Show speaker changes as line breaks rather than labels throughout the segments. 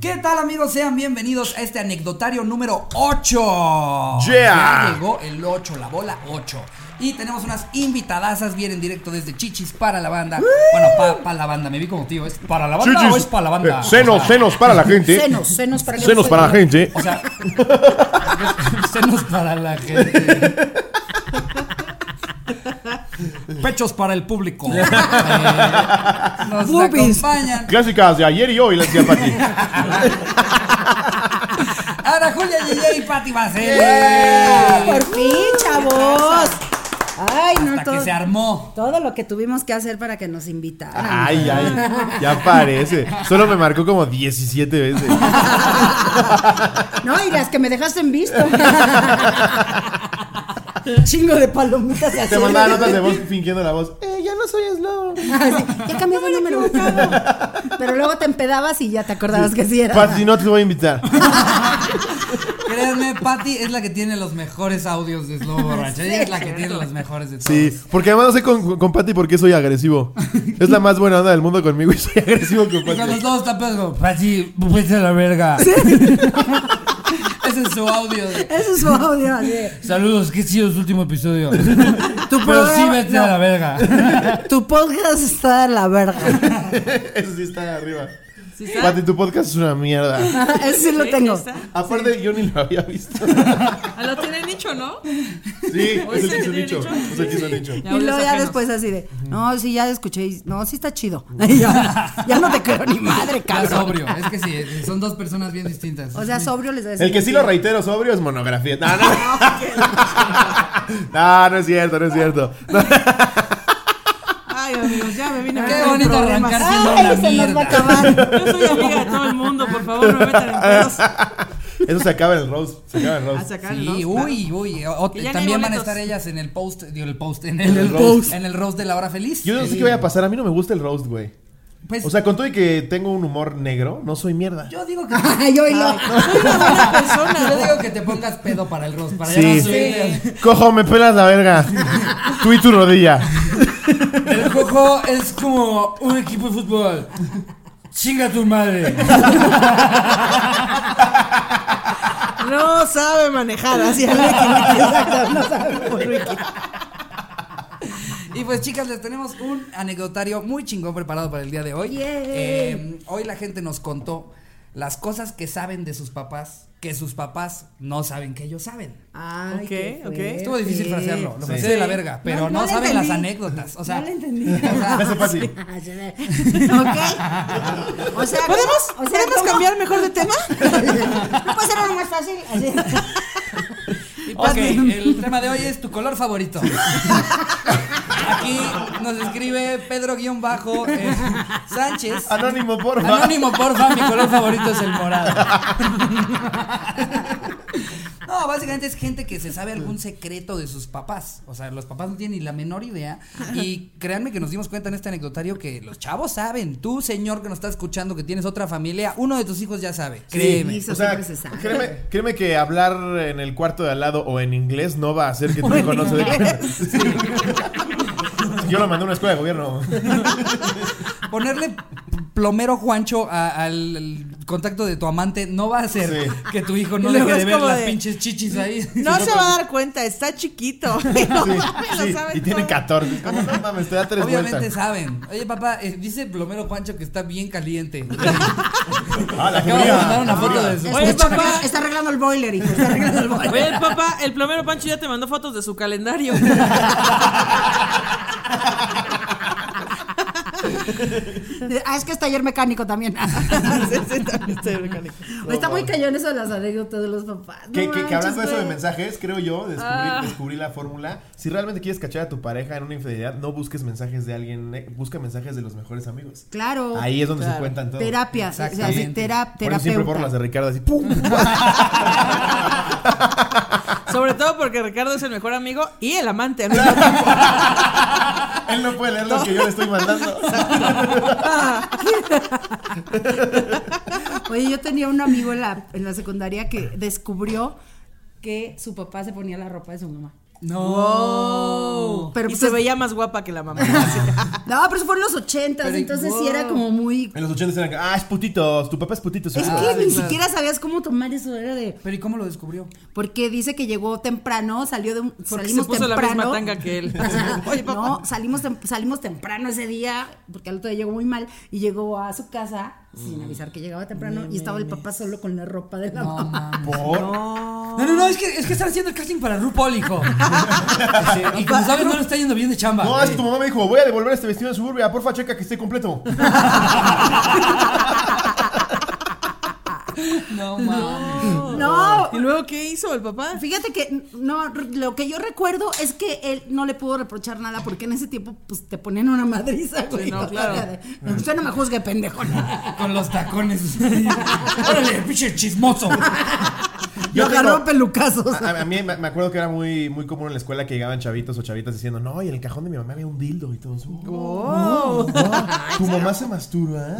¿Qué tal amigos? Sean bienvenidos a este anecdotario número 8.
Yeah.
Ya llegó el 8, la bola 8. Y tenemos unas invitadasas, vienen directo desde Chichis para la banda. Bueno, para la banda, me vi como tío, ¿es para la banda o es para la banda?
Eh, senos,
O sea,
senos para la gente.
Senos, senos para, que
Senos
no
para la
se-
gente.
O sea, senos para la gente. Pechos para el público. Eh, nos
Boobies.
acompañan
Clásicas de ayer y hoy, la decía Pati.
Ana Julia Yeye y Pati Basel.
¡Eh! Por fin, chavos. Ay, no,
Hasta que
todo,
se armó.
todo lo que tuvimos que hacer para que nos invitaran.
Ay, ay, ya parece. Solo me marcó como 17 veces.
No, y las que me dejaste en visto. Chingo de palomitas así.
Te mandaba notas de voz fingiendo la voz. Eh, ya no soy Slow.
Así, Ah, Ya cambié de número. Pero luego te empedabas y ya te acordabas que sí era.
Pati, no te voy a invitar.
Créanme, Pati es la que tiene los mejores audios de Slobo Borracha. Ella es la que tiene los mejores de todos.
Sí, porque además no sé con, con Pati por qué soy agresivo. Es la más buena onda del mundo conmigo y soy agresivo con
Y cuando
Pati.
todos están pedos, como, Pati, vete a la verga. Ese es su audio. de,
Eso es su audio. así.
Saludos, qué chido su último episodio.
Tu
Pero sí,
programa-
vete
no.
a la verga.
Tu podcast está de la verga.
Eso sí está arriba. Pati, tu podcast es una mierda.
Eso sí lo tengo.
¿Esa?
Aparte, yo ni lo había visto.
Ah, Lo tienen hecho, ¿no?
Sí,
Hoy
es el que hizo
se tiene
Nicho.
Nicho.
Es el que hizo Nicho.
Y luego ya después así de, no, sí, ya escuché, y, no, sí está chido. Y yo, ya no te creo ni madre,
Ya
cabrón.
sobrio. Es que sí, son dos personas bien distintas.
O sea, sobrio les voy a decir.
El que sí lo reitero sobrio es monografía. No, no. No, no es cierto, no es cierto. No,
Ay, amigos, ya me vine a
Qué
meter en
bonito
problemas. Ah,
arrancar siendo una
Ay, se nos va a
mierda.
acabar.
Yo soy amiga de todo el mundo, por favor, no me metan en pedos.
Eso se acaba en el Rose. Se acaba en el
A
Rose.
sacar, ¿no?
Sí,
Claro.
uy, uy. o-
Que ya ni
también
hay
van a
boletos.
estar ellas en el post, digo, el post, en el,
el roast.
en el roast de la hora feliz.
Yo no sé qué vaya a pasar. A mí no me gusta el Rose, güey.
Pues,
O sea, con todo y que tengo un humor negro, no soy mierda.
yo digo que
Ay, oílo.
Soy una buena persona.
yo digo que te pongas pedo para el roast, para ya
Sí.
no subirle
Cojo, me pelas la verga. Tú y tu rodilla.
al- El cojo es como un equipo de fútbol. Chinga tu madre.
No sabe manejar, así es.
Y pues chicas, les tenemos un anecdotario muy chingón preparado para el día de hoy.
Yay.
Eh, hoy la gente nos contó las cosas que saben de sus papás, que sus papás no saben que ellos saben.
Ay,
Ok,
qué
ok.
fuerte.
Estuvo difícil frasearlo, lo
Sí.
fraseé de la verga, pero
No,
no,
no le
saben
entendí.
las anécdotas. O sea,
No le entendí.
Gracias, Pati.
ok. O sea,
¿Podemos,
¿cómo? O sea,
¿podemos
¿cómo?
cambiar mejor de tema?
No puede ser algo más fácil. Así.
Y
Ok.
Pati, el tema de hoy es tu color favorito. Aquí nos escribe Pedro-Bajo eh, Sánchez.
Anónimo, porfa.
Anónimo, porfa, mi color favorito es el morado. No, básicamente es gente que se sabe algún secreto de sus papás. O sea, los papás no tienen ni la menor idea. Y créanme que nos dimos cuenta en este anecdotario que los chavos saben. Tú, señor, que nos está escuchando, que tienes otra familia, uno de tus hijos ya sabe. Créeme.
Eso
O sea,
siempre se sabe.
créeme, créeme que hablar en el cuarto de al lado o en inglés no va a hacer que tu hijo no se dé cuenta. Yo lo mandé a una escuela de gobierno.
Ponerle plomero Juancho a- al, al contacto de tu amante no va a hacer
Sí.
que tu hijo no
Y luego
deje de
es
ver
como
las
de-
pinches chichis ahí. pues,
No se va a dar cuenta, está chiquito. No,
Sí,
mames, lo
sí,
sabe
y tiene
todo.
14. Es como, no mames, te da tres
Obviamente
vueltas.
saben. Oye, papá, eh, dice plomero Juancho que está bien caliente.
Ah, la
Acabo de
judía.
mandar una foto de su.
Oye,
Está-
papá.
Está arreglando el boiler, hijo. Está arreglando el boiler.
Oye, papá, el plomero Pancho ya te mandó fotos de su calendario.
Ah, es que es taller mecánico también.
Sí, sí, también estoy mecánico.
Está muy cañón eso de las anécdotas de los papás.
Que,
No
que- que
manches,
hablando de eso de
güey.
mensajes, creo yo, descubrí, descubrí la fórmula. Si realmente quieres cachar a tu pareja en una infidelidad, no busques mensajes de alguien, eh, busca mensajes de los mejores amigos.
Claro.
Ahí es donde se cuentan todo.
Terapia, o sea, sí,
Exactamente.
tera-
Por eso siempre por las de
terapeuta.
Ricardo así, ¡pum!
Sobre todo porque Ricardo es el mejor amigo y el amante. ¿no?
Él no puede leer lo que yo le estoy mandando.
Oye, yo tenía un amigo en la, en la secundaria que descubrió que su papá se ponía la ropa de su mamá.
No.
Wow.
Pero
y
pues
se
es-
veía más guapa que la mamá.
No, pero eso fue en los ochentas,
Pero,
entonces
wow.
sí era como muy...
En los 80 eran, ah, es putitos, tu papá es putito.
Es
seguro".
que ni
claro.
siquiera sabías cómo tomar eso, era de...
Pero ¿y cómo lo descubrió?
Porque dice que llegó temprano, salió de un,
Porque
salimos
se puso la
temprano.
misma tanga que él. Oye, papá.
no, salimos, tem- salimos temprano ese día, porque al otro día llegó muy mal, y llegó a su casa
Mm.
sin avisar que llegaba temprano, y estaba el papá solo con la ropa de la
No,
mamá.
mames.
Por-
No, no, no, es que, es que están haciendo el casting para RuPaul, hijo. Sí, y como sabes, no le está yendo bien de chamba.
No, es que tu
Eh,
mamá me dijo, voy a devolver este vestido de suburbia, porfa, checa que esté completo.
No, mames.
No,
¿Y luego qué hizo el papá?
Fíjate que no, lo que yo recuerdo es que él no le pudo reprochar nada porque en ese tiempo pues te ponían una madriza, güey.
no, claro.
Usted no me juzgue, pendejo.
Con los tacones. Órale, pinche chismoso.
Yo
Yo
agarró
tengo-
pelucazos.
A, a- a mí me, me acuerdo que era muy, muy común en la escuela que llegaban chavitos o chavitas diciendo, no, y en el cajón de mi mamá había un dildo y todos. "Oh, oh, tu mamá se masturba. ¿eh?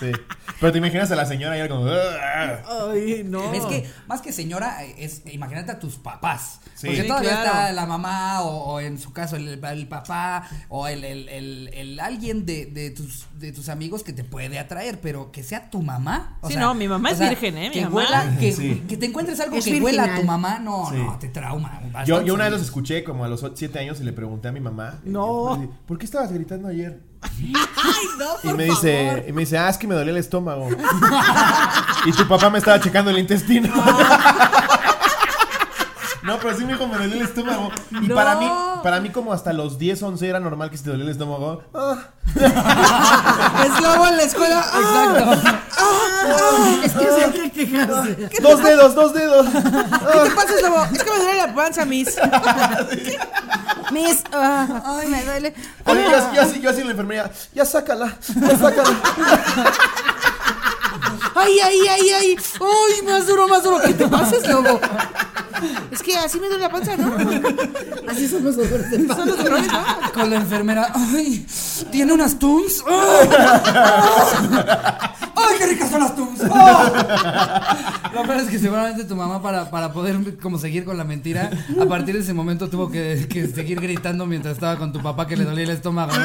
sí. Pero te imaginas a la señora y era como. "Ah".
Ay, no.
Es que, más que señora, es imagínate a tus papás.
Sí.
Porque
Sí,
todavía
claro.
está la mamá, o, o en su caso, el, el papá, o el, el- el- el alguien de, de tus, de tus amigos que te puede atraer, pero que sea tu mamá.
Sí, no, mi mamá es virgen, ¿eh? Mi
que
mamá.
huela- que,
Sí.
que te encuentres algo
Es
que huela a tu
virginal.
mamá, no,
Sí.
no, te trauma.
Yo,
bastante.
yo una vez los escuché como a los 7 años y le pregunté a mi mamá.
No.
eh, ¿Por qué estabas gritando ayer?
Ay, no,
Y
por
me dice, y me dice, ah, es que me dolía el estómago. y tu papá me estaba checando el intestino.
Ah.
No, pero sí me dijo, me dolía el estómago. Y
No.
para mí, para mí como hasta los 10, 11 era normal que se te dolía el estómago. Ah,
favor. Es lobo en la escuela. Ah,
Exacto.
es que sí hay que quejarse.
dos dedos, dos dedos. Ah.
¿Qué te pasa, lobo? Es que me duele la panza, mis.
Mis, ah, me duele.
Oye, yo, así- yo así- yo así en la enfermería, ya sácala, ya sácala.
Ay, ay, ay, ay. Ay, más duro, más duro. ¿Qué te pasas, lobo?
Es que así me duele la panza, ¿no?
Así son los dolores de
Son los dolores, ¿no?
Con la enfermera, ay, tiene unas tums. ¡Ay, ¡Ay, qué ricas son las tums! ¡Ah! Lo peor es que seguramente tu mamá para, para poder como seguir con la mentira, a partir de ese momento tuvo que, que seguir gritando mientras estaba con tu papá que le dolía el estómago. ¿no?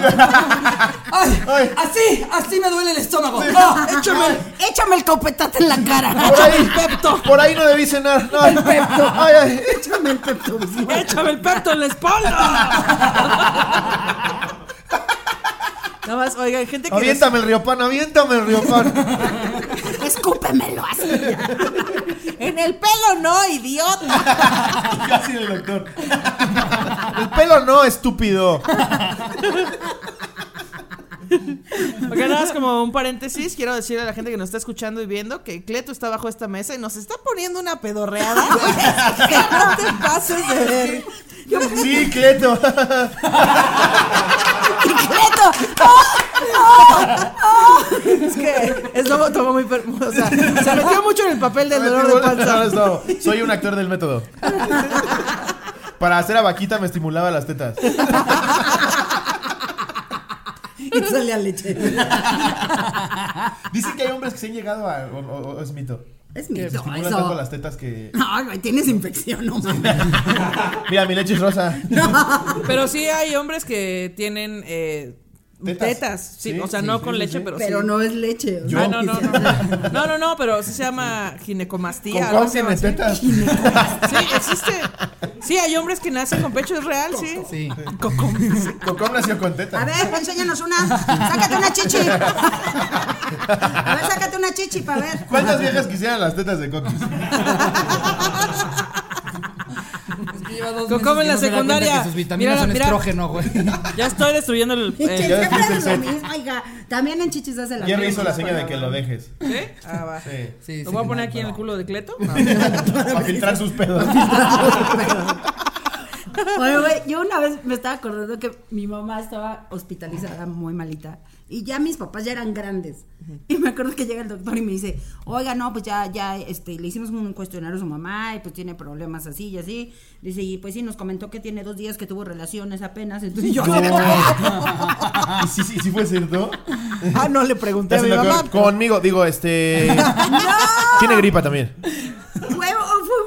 ¡Ay,
Ay.
así, así me duele el estómago. ¡Ah!
Échame, échame el copetate en la cara.
Por ahí, por ahí no debí cenar. No, Ay, ay.
Échame el pepto.
¡Échame el pepto en la espalda! Nada más, oiga, hay gente que.
Aviéntame el riopan, aviéntame el riopan.
Escúpemelo así. En el pelo no, idiota.
Casi el doctor. El pelo no, estúpido.
Ok, nada más como un paréntesis, quiero decirle a la gente que nos está escuchando y viendo que Cleto está bajo esta mesa y nos está poniendo una pedorreada. Que no te pases de ver.
Sí, Cleto.
Es que es lobo tomó muy. per- O sea, se metió mucho en el papel del dolor de
No,
panza.
no, no. Soy un actor del método. Para hacer a vaquita me estimulaba las tetas.
Y sale a leche.
Dicen que hay hombres que se han llegado a. O, o- o es mito.
Es
Que
mi
se estimulan tanto las tetas que.
No, güey, tienes infección, no mames.
Mira, mi leche es rosa.
Pero sí hay hombres que tienen. eh,
Tetas.
Tetas, sí,
Sí,
o sea,
sí,
no
sí,
con
sí,
leche,
sí.
pero,
Pero
sí.
no es leche. o
Yo-
Ah,
sea,
no, no, no, no, no, no, no, pero sí se llama ginecomastía.
Con
algo
Juan
así.
tiene tetas.
Sí, existe. Sí, hay hombres que nacen con pecho, es real, sí.
Sí.
Cocom nació con
A
tetas.
ver, enséñanos una. Sácate una chichi. A ver, sácate una chichi para ver.
¿Cuántas viejas quisieran las tetas de Coquis?
Es que lleva dos
Lo
meses
come en
que
la
no se da cuenta
secundaria.
que sus vitaminas
Mira,
son
mira.
estrógeno, güey.
Ya estoy destruyendo el.
Pinche,
eh,
ya
siempre
dijiste
haces lo
el set.
mismo, oiga. También en chichis hace la
Jerry
misma.
hizo la seña de que lo dejes.
¿sí? Ah, va.
Sí.
Sí,
¿Lo
sí,
voy a
no,
poner aquí en el
no.
culo de Cleto? No.
Para filtrar sus pedos.
Bueno, güey, yo una vez me estaba acordando que mi mamá estaba hospitalizada muy malita y ya mis papás ya eran grandes. Y me acuerdo que llega el doctor y me dice, oiga, no, pues ya, ya, este, le hicimos un cuestionario a su mamá y pues tiene problemas así y así. Dice, y pues sí, nos comentó que tiene dos días que tuvo relaciones apenas. Entonces yo, "Oh".
¿Y si, si, si fue cierto?
Ah, no le pregunté
Ya
a
se
mi
me
mamá.
acordó. Conmigo, digo, este. Tiene gripa también.
oh, Fue, fue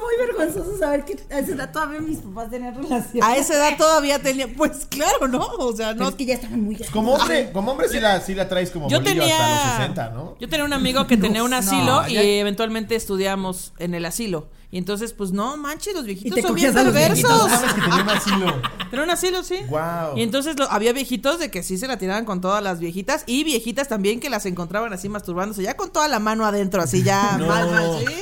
muy vergonzoso, o sea, saber que a esa edad todavía mis papás tenían relación.
A esa edad todavía tenía. Pues claro, ¿no? O sea,
Pero
no.
es que ya estaban muy grandes.
Como hombre, como hombre sí la, sí la traes como
Yo
bolillo
tenía.
hasta los 60, ¿no?
Yo tenía un amigo que tenía un
No,
asilo y
ya-
eventualmente estudiamos en el asilo. Y entonces, pues no, manches, los viejitos
te
son bien
cogías a los
No
perversos.
mames Ah, que tenía un asilo.
Tenía un asilo, sí.
Guau.
Y entonces lo- había viejitos de que sí se la tiraban con todas las viejitas y viejitas también que las encontraban así masturbándose, ya con toda la mano adentro, así ya
No.
mal, mal, sí.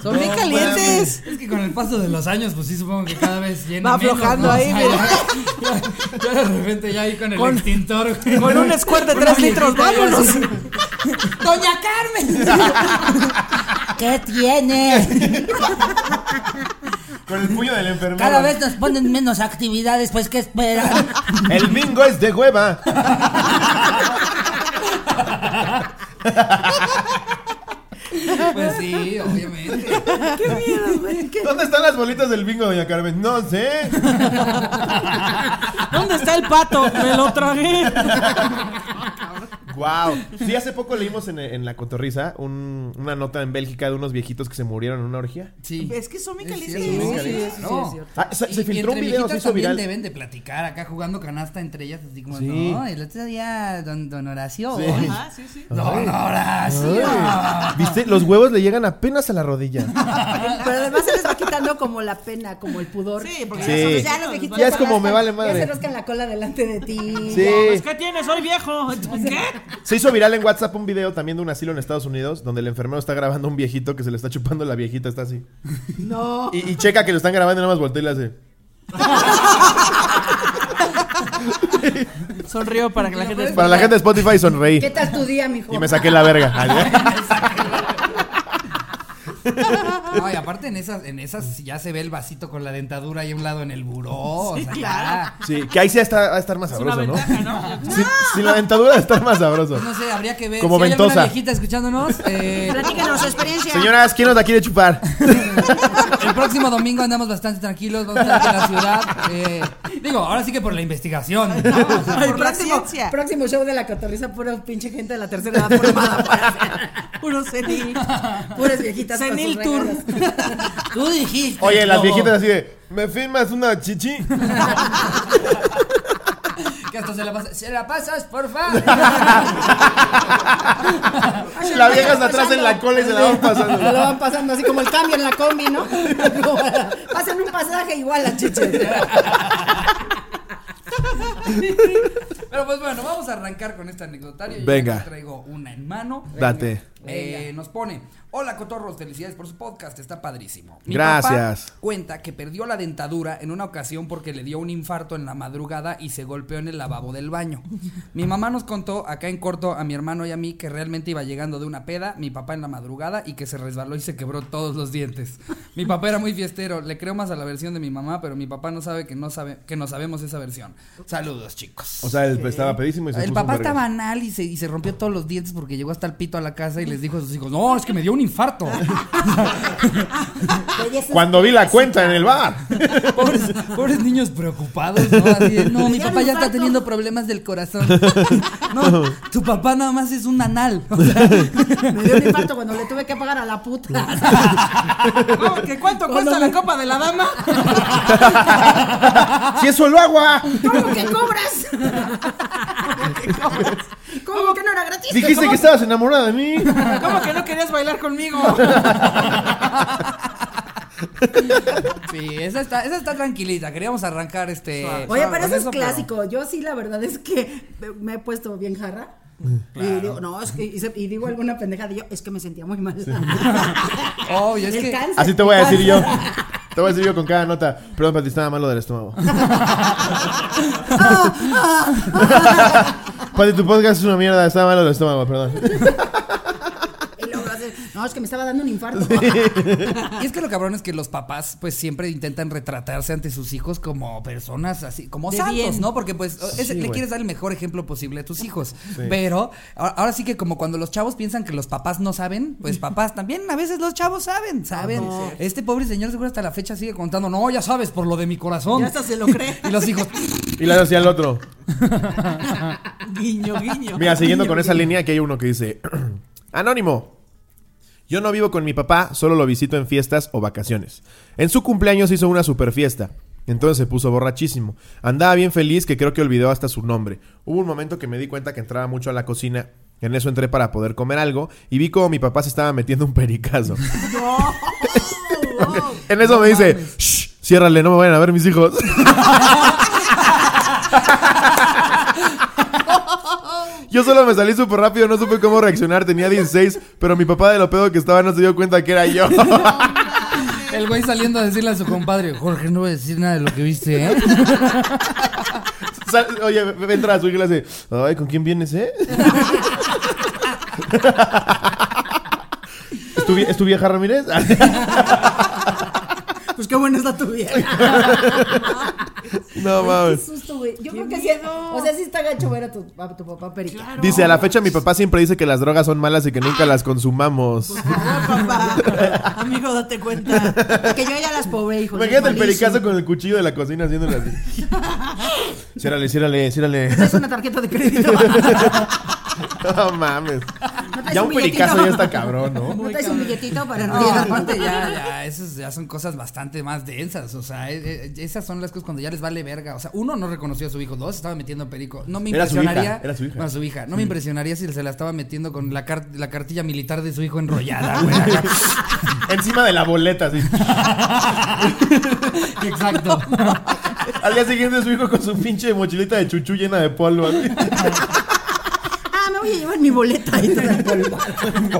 Son
No
bien calientes.
Es que con el paso de los años, pues sí, supongo que cada vez llena
Va
menos,
aflojando
¿no?
ahí,
O sea,
mira.
ya- ya de repente ya ahí con el
Con-
extintor. güey.
Con un squirt de
Una
tres litros,
viejita ya
vámonos.
así.
¡Doña Carmen! ¿Qué tiene?
Con el puño del enfermero.
Cada vez nos ponen menos actividades, pues ¿qué esperan?
El bingo es de hueva.
Pues sí, obviamente.
¿Dónde están las bolitas del bingo, doña Carmen? No sé.
¿Dónde está el pato? Me lo tragué.
Wow. Sí, hace poco leímos en, en La Cotorrisa un- una nota en Bélgica de unos viejitos que se murieron en una orgía.
Sí.
Es que son bien
Es
calientes.
cierto,
sí,
¿no?
sí, sí,
No.
sí, es cierto.
Ah, se,
Y-
se
y
filtró un
entre
video, se
viejitas
hizo
también
viral.
deben de platicar acá jugando canasta entre ellas, así como,
Sí.
no, el otro día don, don Horacio.
Sí.
ay,
Ajá, sí, sí.
Don Horacio.
Ay, ¿Viste? Los huevos le llegan apenas a la rodilla.
Pero además se les va quitando como la pena, como el pudor.
Sí, porque
Sí.
ya son-
Ya los viejitos
Ya es
se
como me
rascan-
vale madre.
Ya se rascan la cola delante de ti.
Sí.
Pues, ¿qué tienes? Soy viejo. ¿Qué?
Se hizo viral en WhatsApp un video también de un asilo en Estados Unidos donde el enfermero está grabando a un viejito que se le está chupando la viejita, está así.
No.
Y, y checa que lo están grabando y nada más voltea y le hace.
Sonrío para que la gente.
Para la gente de Spotify sonreí.
¿Qué tal tu día, mijo?
Y me saqué la verga.
No, y aparte en esas, en esas ya se ve el vasito con la dentadura ahí a un lado en el buró. o sea,
claro.
ya.
Sí, que ahí sí está, va a estar más
Es una
sabroso, ¿no?
ventaja, ¿no?
Sin, sin la dentadura va a estar más sabroso.
Pues No sé, habría que ver.
Como
si hay alguna
ventosa.
viejita escuchándonos, eh,
Platícanos su experiencia.
Señoras, ¿quién nos la quiere chupar?
el próximo domingo andamos bastante tranquilos, vamos a estar en la ciudad. eh, digo, ahora sí que por la investigación. ¿no? O sea,
Ay,
El próximo,
paciencia.
próximo show de la catarriza, pura pinche gente de la tercera edad formada para
Puro senil.
hacer puras viejitas. con sus
Senil tour.
regalos.
Tú dijiste.
Oye, las
no,
viejitas así de, ¿me firmas una chichi?
Que hasta se la pasas. ¿Se la pasas, porfa?
La vieja está atrás en la cola y se la van
Se lo
pasando.
van pasando así como el cambio en la combi, ¿no? Pasan un pasaje igual a chiches.
Pero pues bueno, vamos a arrancar con este anecdotario. Yo
Venga.
aquí Traigo una en mano.
Date.
Eh, nos pone, hola cotorros, felicidades por su podcast, está padrísimo.
Gracias.
papá cuenta que perdió la dentadura en una ocasión porque le dio un infarto en la madrugada y se golpeó en el lavabo del baño. Mi mamá nos contó acá en corto a mi hermano y a mí que realmente iba llegando de una peda, mi papá en la madrugada y que se resbaló y se quebró todos los dientes. Mi papá era muy fiestero, le creo más a la versión de mi mamá, pero mi papá no sabe que no sabe que no sabemos esa versión. Saludos, chicos.
O sea, él estaba pedísimo y se
El
puso
papá
un verga.
estaba anal y se, y se rompió todos los dientes porque llegó hasta el pito a la casa y les dijo a sus hijos, no, es que me dio un infarto.
Cuando vi la cuenta en el bar.
pobres, pobres niños preocupados, ¿no? Así de, no, mi
dio un
papá ya
infarto".
está teniendo problemas del corazón. no, tu papá nada más es un anal. O sea,
Me dio un infarto cuando le tuve que pagar a la puta.
¿Cómo que ¿Cuánto cuesta la copa de la dama?
¡Si eso lo ah, agua!
¿Cómo que cobras? ¿Cómo que no era gratis?
Dijiste que estabas enamorada de mí.
¿Cómo que no querías bailar conmigo?
sí, esa está, esa está tranquilita. Queríamos arrancar este.
Oye, pero
con
eso es
eso, pero-
clásico. Yo sí, la verdad es que me he puesto bien jarra. Y digo, no, es que, y, se- y digo alguna pendejada. y yo, es que me sentía muy mal.
Obvio, Oh, es
El
que-
cáncer,
Así te voy a
el
decir yo.
cáncer.
Te voy a decir yo con cada nota. Perdón, Pati, estaba malo del estómago. Pati, tu podcast es una mierda. Estaba malo del estómago, perdón.
Y luego hace, no, es que me estaba dando un infarto.
Y es que lo cabrón es que los papás pues siempre intentan retratarse ante sus hijos como personas así, como
De
santos,
bien.
¿no? Porque pues o- es-
Sí,
le
güey.
quieres dar el mejor ejemplo posible a tus hijos. Pero ahora, ahora sí que como cuando los chavos piensan que los papás no saben, pues papás también a veces los chavos saben, ¿saben?
Ah,
Este pobre señor seguro hasta la fecha sigue contando, no, ya sabes, por lo de mi corazón.
Ya hasta se lo cree.
Y los hijos,
Y la hacia el otro.
Guiño, guiño.
Mira, siguiendo con esa línea, aquí hay uno que dice: Anónimo. Yo no vivo con mi papá, solo lo visito en fiestas o vacaciones. En su cumpleaños hizo una super fiesta. Entonces se puso borrachísimo. Andaba bien feliz que creo que olvidó hasta su nombre. Hubo un momento que me di cuenta que entraba mucho a la cocina. En eso entré para poder comer algo y vi como mi papá se estaba metiendo un pericazo. En eso me dice, "Shh, ciérrale, no me vayan a ver mis hijos. Yo solo me salí súper rápido, no supe cómo reaccionar. Tenía 16, pero mi papá de lo pedo que estaba no se dio cuenta que era yo.
El güey saliendo a decirle a su compadre, Jorge, no voy a decir nada de lo que viste, ¿eh?
Sal- Oye, ve- ve- entra a su hija y le hace, ay, ¿con quién vienes, eh? ¿Es tu, vie- es tu vieja Ramírez?
Pues qué buena está tu vida.
no
Qué
mames.
susto, güey. Yo
Qué
creo que sí.
miedo.
O sea, sí está gacho ver a tu, a tu papá perico.
Dice, a la fecha mi papá siempre dice que las drogas son malas y que nunca las consumamos.
Ah, papá. Amigo, date cuenta.
Que yo ya las pobre, hijo.
Imagínate el
malísimo.
pericazo con el cuchillo de la cocina haciéndole así. Ciérrale, ciérrale, ciérrale.
Es una tarjeta de crédito.
No mames.
¿No traes
Ya
un
un pericazo ya
billetito?
está cabrón, ¿no?
¿No traes un billetito para
No,
no,
aparte ya, ya, esas ya son cosas bastante más densas. O sea, e- e- esas son las cosas cuando ya les vale verga. O sea, uno no reconoció a su hijo, dos estaba metiendo perico. No me
Era su hija,
impresionaría.
era su hija. Mm.
No, No me impresionaría si se la estaba metiendo con la, car- la cartilla militar de su hijo enrollada, güey. acá.
Encima de la boleta, así.
Exacto.
Al día siguiente su hijo con su pinche mochilita de chuchu llena de polvo. así.
Ah, me voy a llevar mi boleta. Y todo el polvo.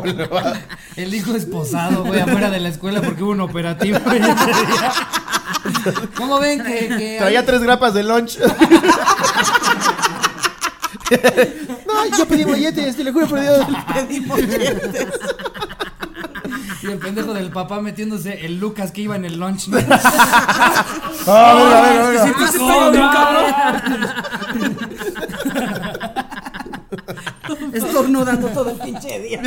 Polvo.
El hijo esposado, güey, afuera de la escuela porque hubo un operativo. en ese día. ¿Cómo ven que, que
Traía tres grapas de lunch. no, yo pedí bolletes, te lo juro por Dios.
y el pendejo del papá metiéndose el Lucas que iba en el lunch?
Ah, venga, venga, venga.
Estornudando todo el pinche día.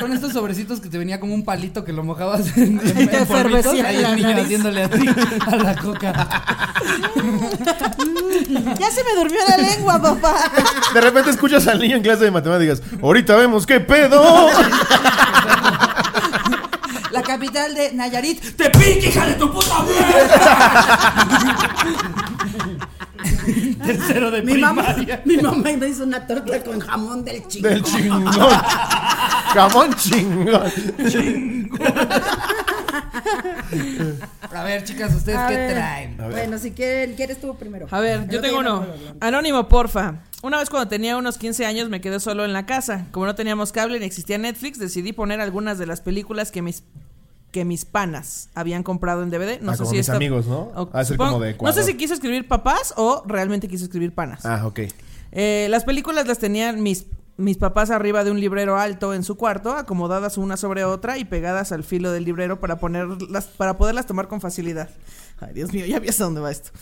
Con estos sobrecitos que te venía como un palito que lo mojabas en, en,
Te
en polvitos,
cervecía
ahí
en la
el niño
nariz.
haciéndole así a la coca.
Ya se me durmió la lengua, papá.
De repente escuchas al niño en clase de matemáticas. Ahorita vemos qué pedo.
La capital de Nayarit.
¡Te pique, hija de tu puta madre! Tercero de
Mi mamá,
primaria.
mi mamá me hizo una torta con jamón del chico.
Del chingón. Jamón chingón.
A ver, chicas, ¿ustedes
A
qué
ver.
traen?
Bueno, si quieren, ¿quieres tú primero?
A ver,
Pero
yo tengo
todavía no
uno.
puedo hablar.
Anónimo, porfa. Una vez cuando tenía unos 15 años me quedé solo en la casa. Como no teníamos cable ni existía Netflix, decidí poner algunas de las películas que mis que mis panas habían comprado en DVD. No
Ah,
sé
como
si
mis
esto-
amigos, ¿no?
o-
Ha de ser
supongo-
como de
no sé
Ecuador.
si quiso escribir papás o realmente quiso escribir panas.
Ah, ok.
Eh, las películas las tenían mis, mis papás arriba de un librero alto en su cuarto, acomodadas una sobre otra y pegadas al filo del librero para ponerlas, para poderlas tomar con facilidad. Ay, Dios mío, ya vi hasta dónde va esto.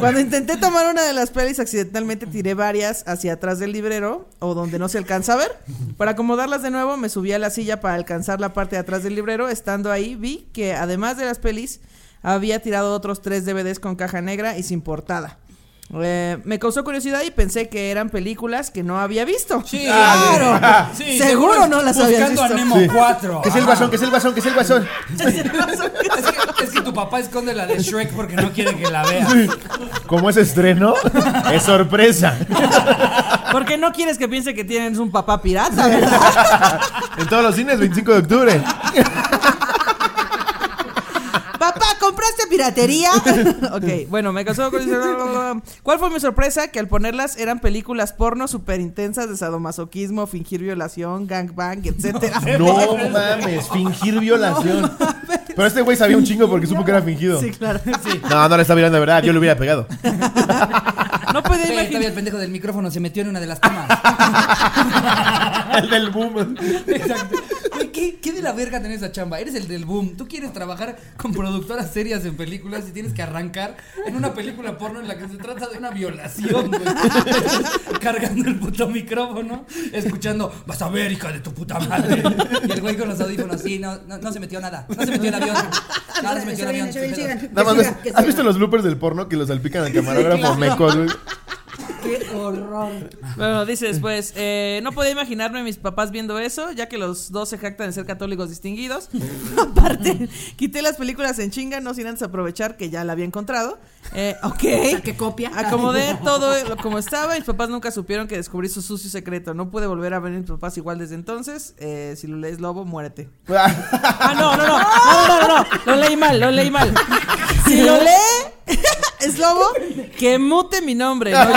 Cuando intenté tomar una de las pelis, accidentalmente tiré varias hacia atrás del librero o donde no se alcanza a ver. Para acomodarlas de nuevo, me subí a la silla para alcanzar la parte de atrás del librero. Estando ahí, vi que además de las pelis, había tirado otros tres DVDs con caja negra y sin portada. Eh, me causó curiosidad y pensé que eran películas que no había visto. claro. seguro, no las habías
Buscando
visto.
a Nemo 4.
Que es el guasón, que es el guasón, que es el guasón.
Es que, es que tu papá esconde la de Shrek porque no quiere que la vea.
Como es estreno, es sorpresa.
Porque no quieres que piense que tienes un papá pirata, ¿verdad?
En todos los cines, 25 de octubre.
Papá, ¿compraste piratería? ok, bueno, me causó curiosidad. ¿Cuál fue mi sorpresa? Que al ponerlas eran películas porno súper intensas de sadomasoquismo, fingir violación, gangbang, etcétera.
No mames, fingir violación. Pero este güey sabía un chingo porque supo que era fingido.
Sí, claro.
No, no le está mirando de verdad, yo le hubiera pegado.
No podía
Ve, todavía
imaginar.
el pendejo del micrófono se metió en una de las tomas.
El del boom.
Exacto. Güey, ¿Qué, qué de la verga tenés esa chamba? Eres el del boom. Tú quieres trabajar con productoras serias en películas y tienes que arrancar en una película porno en la que se trata de una violación, güey. Cargando el puto micrófono, escuchando, vas a ver, hija de tu puta madre. Y el güey con los audífonos, sí, no, no, no se metió nada. No se metió el avión. No, no se metió el avión.
Sigan,
qué
sigan, sigan.
Nada más
Que
ves-
siga, que
¿Has
siga.
visto los bloopers del porno que los salpican al camarógrafo mecos, güey?
pedo.
¡Qué horror!
Bueno, dice después, eh, no podía imaginarme a mis papás viendo eso, ya que los dos se jactan de ser católicos distinguidos. Aparte, quité las películas en chinga, no sin antes aprovechar que ya la había encontrado. Eh, ok.
O sea, que copia.
Acomodé todo lo- como estaba, mis papás nunca supieron que descubrí su sucio secreto. No pude volver a ver a mis papás igual desde entonces. Eh, si lo lees, lobo, muérete. Ah, no, no, no. No, no, no, no. Lo leí mal, lo leí mal. Si lo lee, es lobo, que mute mi nombre. ¿no?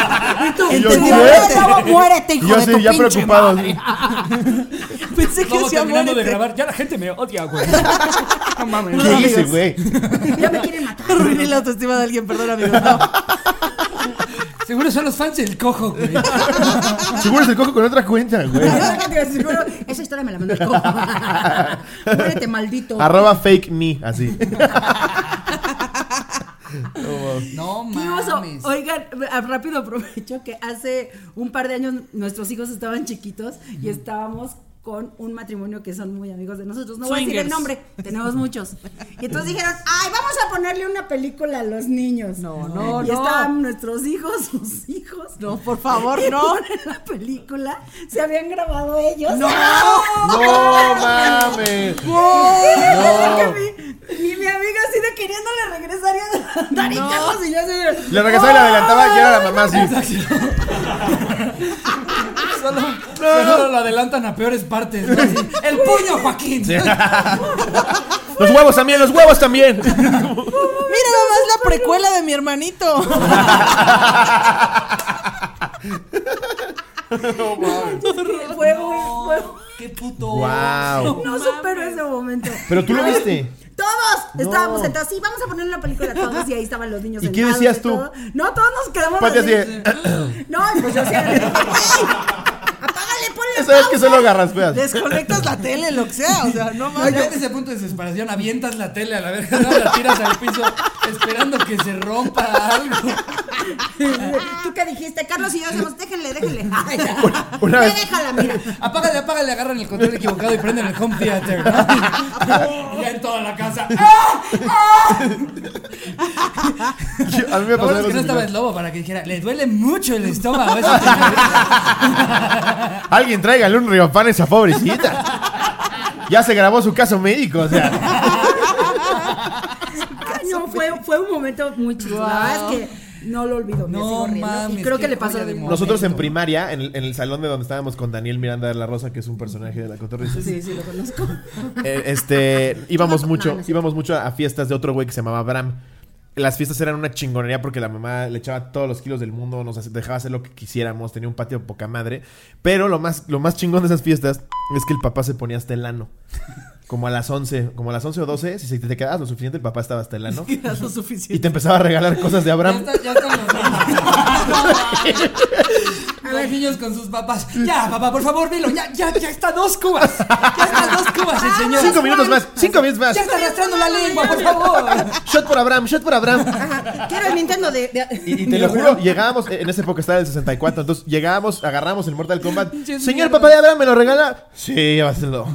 Y tú,
Y yo,
te
¿qué?
mueres, luego muérete,
Y
hijo
yo
de tu
así, ya
pinche
preocupado.
madre.
Pensé que
Estamos
decía
terminando de
muérete.
grabar. Ya la gente me odia, güey.
No mames.
¿Qué hice, güey?
Ya me quieren matar.
Arruiné la autoestima de alguien, perdón, amigos. No.
Seguro son los fans del cojo, güey.
Seguro se cojo con otra cuenta, güey.
Te aseguro, Esa historia me la mandó el cojo. Muérete, maldito.
Arroba fake me, así.
No
¡Qué oso!
mames.
Oigan, a- rápido aprovecho que hace un par de años nuestros hijos estaban chiquitos y estábamos con un matrimonio que son muy amigos de nosotros. No voy a decir el
Swingers.
nombre, tenemos muchos. Y entonces dijeron, ay, vamos a ponerle una película a los niños.
No, no,
y
no.
estaban nuestros hijos, sus hijos.
No, por favor,
Y
no.
ponen la película, se habían grabado ellos. ¡No!
¡No mames!
Y mi amiga así de queriéndole regresar y dar hijos y yo así de-
Le regresaba y le adelantaba y era la
Ah,
mamá así.
Solo, solo lo adelantan a peores partes. ¿no? Así, El puño, Joaquín.
¡Los huevos también, los huevos también!
Mira, mamá, es la precuela de mi hermanito.
Fue muy, fue muy-
Qué puto.
¡Wow!
No supero ese momento.
Pero tú lo
Ay,
viste.
Todos
No.
estábamos sentados. Sí, vamos a poner la película todos y ahí estaban los niños.
¿Y qué
sentados
decías tú?
todo. No, todos nos quedamos
Pati así de,
No, pues yo hacía. ¡Ey! Apágale, ponle.
Esa vez que solo agarras feas.
Desconectas la tele, lo que sea. O sea, no
No, ya
mames.
en ese punto de desesperación avientas la tele a la verga, no, la tiras al piso esperando que se rompa algo.
¿Tú qué dijiste? Carlos y yo decimos, déjenle, déjenle. Ay,
Una
ya
vez-
déjala, mira.
Apágale, apágale, agarran el control equivocado y prenden el home theater. ¿no? Y ya en toda la casa. ¡Ah!
Yo- A mí me
Lo bueno
pasó
es
algo
que no estaba
similar.
el lobo para que dijera, le duele mucho el estómago. a esa señorita".
Alguien tráigale un riofán a esa pobrecita. Ya se grabó su caso médico, o sea.
Ay, no, fue, fue un momento muy chido. La verdad es que no lo olvido. me
No
sigo riendo.
mames,
Y creo
qué
que le pasó
joya
a
de
Dilma.
momento.
Nosotros en primaria, en el, en el salón de donde estábamos con Daniel Miranda de la Rosa, que es un personaje de la cotorrisa.
Sí, sí, lo conozco.
Eh, este, íbamos
No,
mucho,
no es cierto.
íbamos mucho a fiestas de otro güey que se llamaba Bram. Las fiestas eran una chingonería porque la mamá le echaba todos los kilos del mundo, nos hace- dejaba hacer lo que quisiéramos, tenía un patio poca madre. Pero lo más, lo más chingón de esas fiestas es que el papá se ponía hasta el ano. Como a las 11, como a las 11 o 12, si se- te quedabas lo suficiente, el papá estaba hasta el ano.
Era lo
Y
suficiente.
te empezaba a regalar cosas de
Ya,
Abraham.
está- ya están los niños. Los niños con sus papás. Ya, papá, por favor, dilo. Ya, ya, ya está dos cubas. Ya está dos cubas el señor.
Cinco minutos más, cinco minutos más.
Ya está arrastrando la lengua, por favor.
Shot por Abraham, shot por Abraham.
Ajá, Quiero el Nintendo de. de-
Y, y te lo juro, llegábamos, en esa época estaba el 64, entonces llegábamos, agarramos el Mortal Kombat. Señor papá de Abraham, ¿me lo regala? Sí, llévaselo.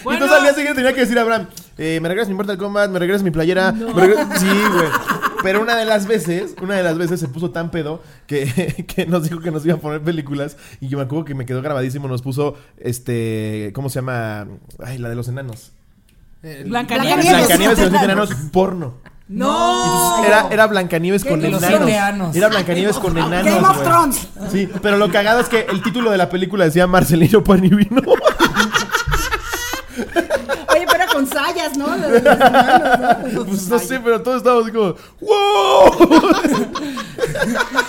Y
Bueno.
Entonces al día siguiente tenía que decir a Abraham, eh, ¿me regresas mi Mortal Kombat? ¿Me regresas mi playera? ¿Me regresas-?" Sí, güey. Pero una de las veces, una de las veces se puso tan pedo que, que nos dijo que nos iba a poner películas. Y yo me acuerdo que me quedó grabadísimo, nos puso, este, ¿cómo se llama? Ay, la de los enanos.
Blancanieves.
Blancanieves.
Blancanieves y los siete enanos, porno.
No.
Era, era Blancanieves con
de los
enanos.
siete anos?
Era Blancanieves con enanos.
Game of
güey.
Thrones.
Sí, pero lo cagado es que el título de la película decía Marcelino Panivino.
Oye, pero era con sayas, ¿no? ah,
pues no sé, pero todos estábamos así como, ¡Wow!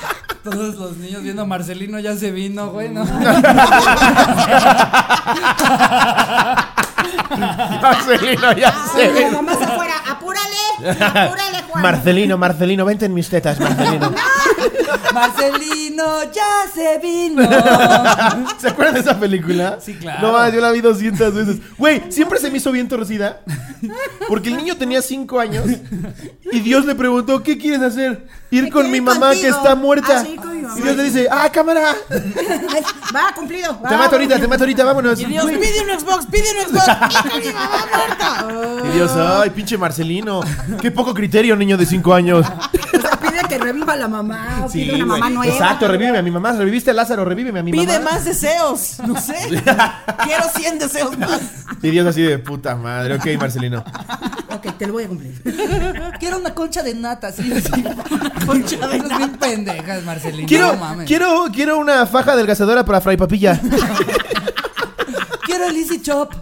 Todos los niños viendo a Marcelino ya se vino, güey, ¿no?
Marcelino, ya
Y la
sé.
mamá se afuera, apúrale, apúrale, Juan.
Marcelino, Marcelino, vente en mis tetas, Marcelino.
Marcelino ya se vino.
¿Se acuerdan de esa película?
Sí, claro.
No más, yo la vi 200 veces. Güey, siempre se me hizo bien torcida. Porque el niño tenía 5 años. Y Dios le preguntó, ¿qué quieres hacer? Ir
Me
con
quiero
mi
ir
mamá que
contigo.
está muerta.
Ah, sí, con mi mamá.
y Dios le dice, ¡ah, cámara!
Ay, Va, cumplido.
Te
va.
mato ahorita, te mato ahorita, vámonos.
Y Dios,
Güey.
pide un Xbox, pide un Xbox. Hija de mi mamá muerta.
Y Dios, ay, pinche Marcelino. Qué poco criterio, niño de 5 años.
O sea, pide que reviva la mamá, o
Sí,
pide una mamá
güey.
nueva.
Exacto, revíveme a mi mamá. Reviviste a Lázaro, revíveme a mi
Pide
mamá.
más deseos, no sé. Quiero 100 deseos más.
Y Dios así de puta madre. Ok, Marcelino.
Ok, te lo voy a cumplir.
Quiero una concha de nata, sí, sí. Concha de nata. bien pendejas, Marcelino.
Quiero,
no mames.
quiero, quiero una faja adelgazadora para Fray Papilla.
Quiero el Easy Chop.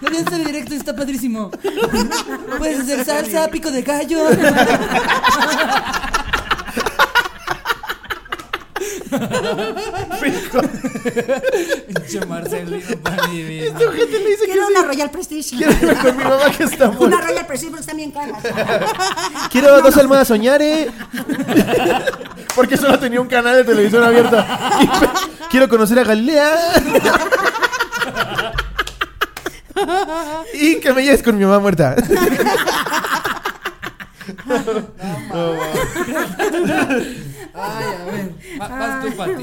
Deberían ser directo, está padrísimo. Puedes hacer salsa, pico de gallo. Pinche Marcelino, para mi vida.
Esta gente Este le dice que
Quiero
sí.
una Royal Prestige.
Quiero irme con mi mamá que está
Una
muerta.
Royal Prestige porque están bien caras.
Quiero dos almohadas soñare. Porque solo tenía un canal de televisión abierto. Y pe- Quiero conocer a Galilea. Y que me lleves con mi mamá muerta.
Ay, a ver. Va- Vas tú,
Ay, a
Pati.
ver.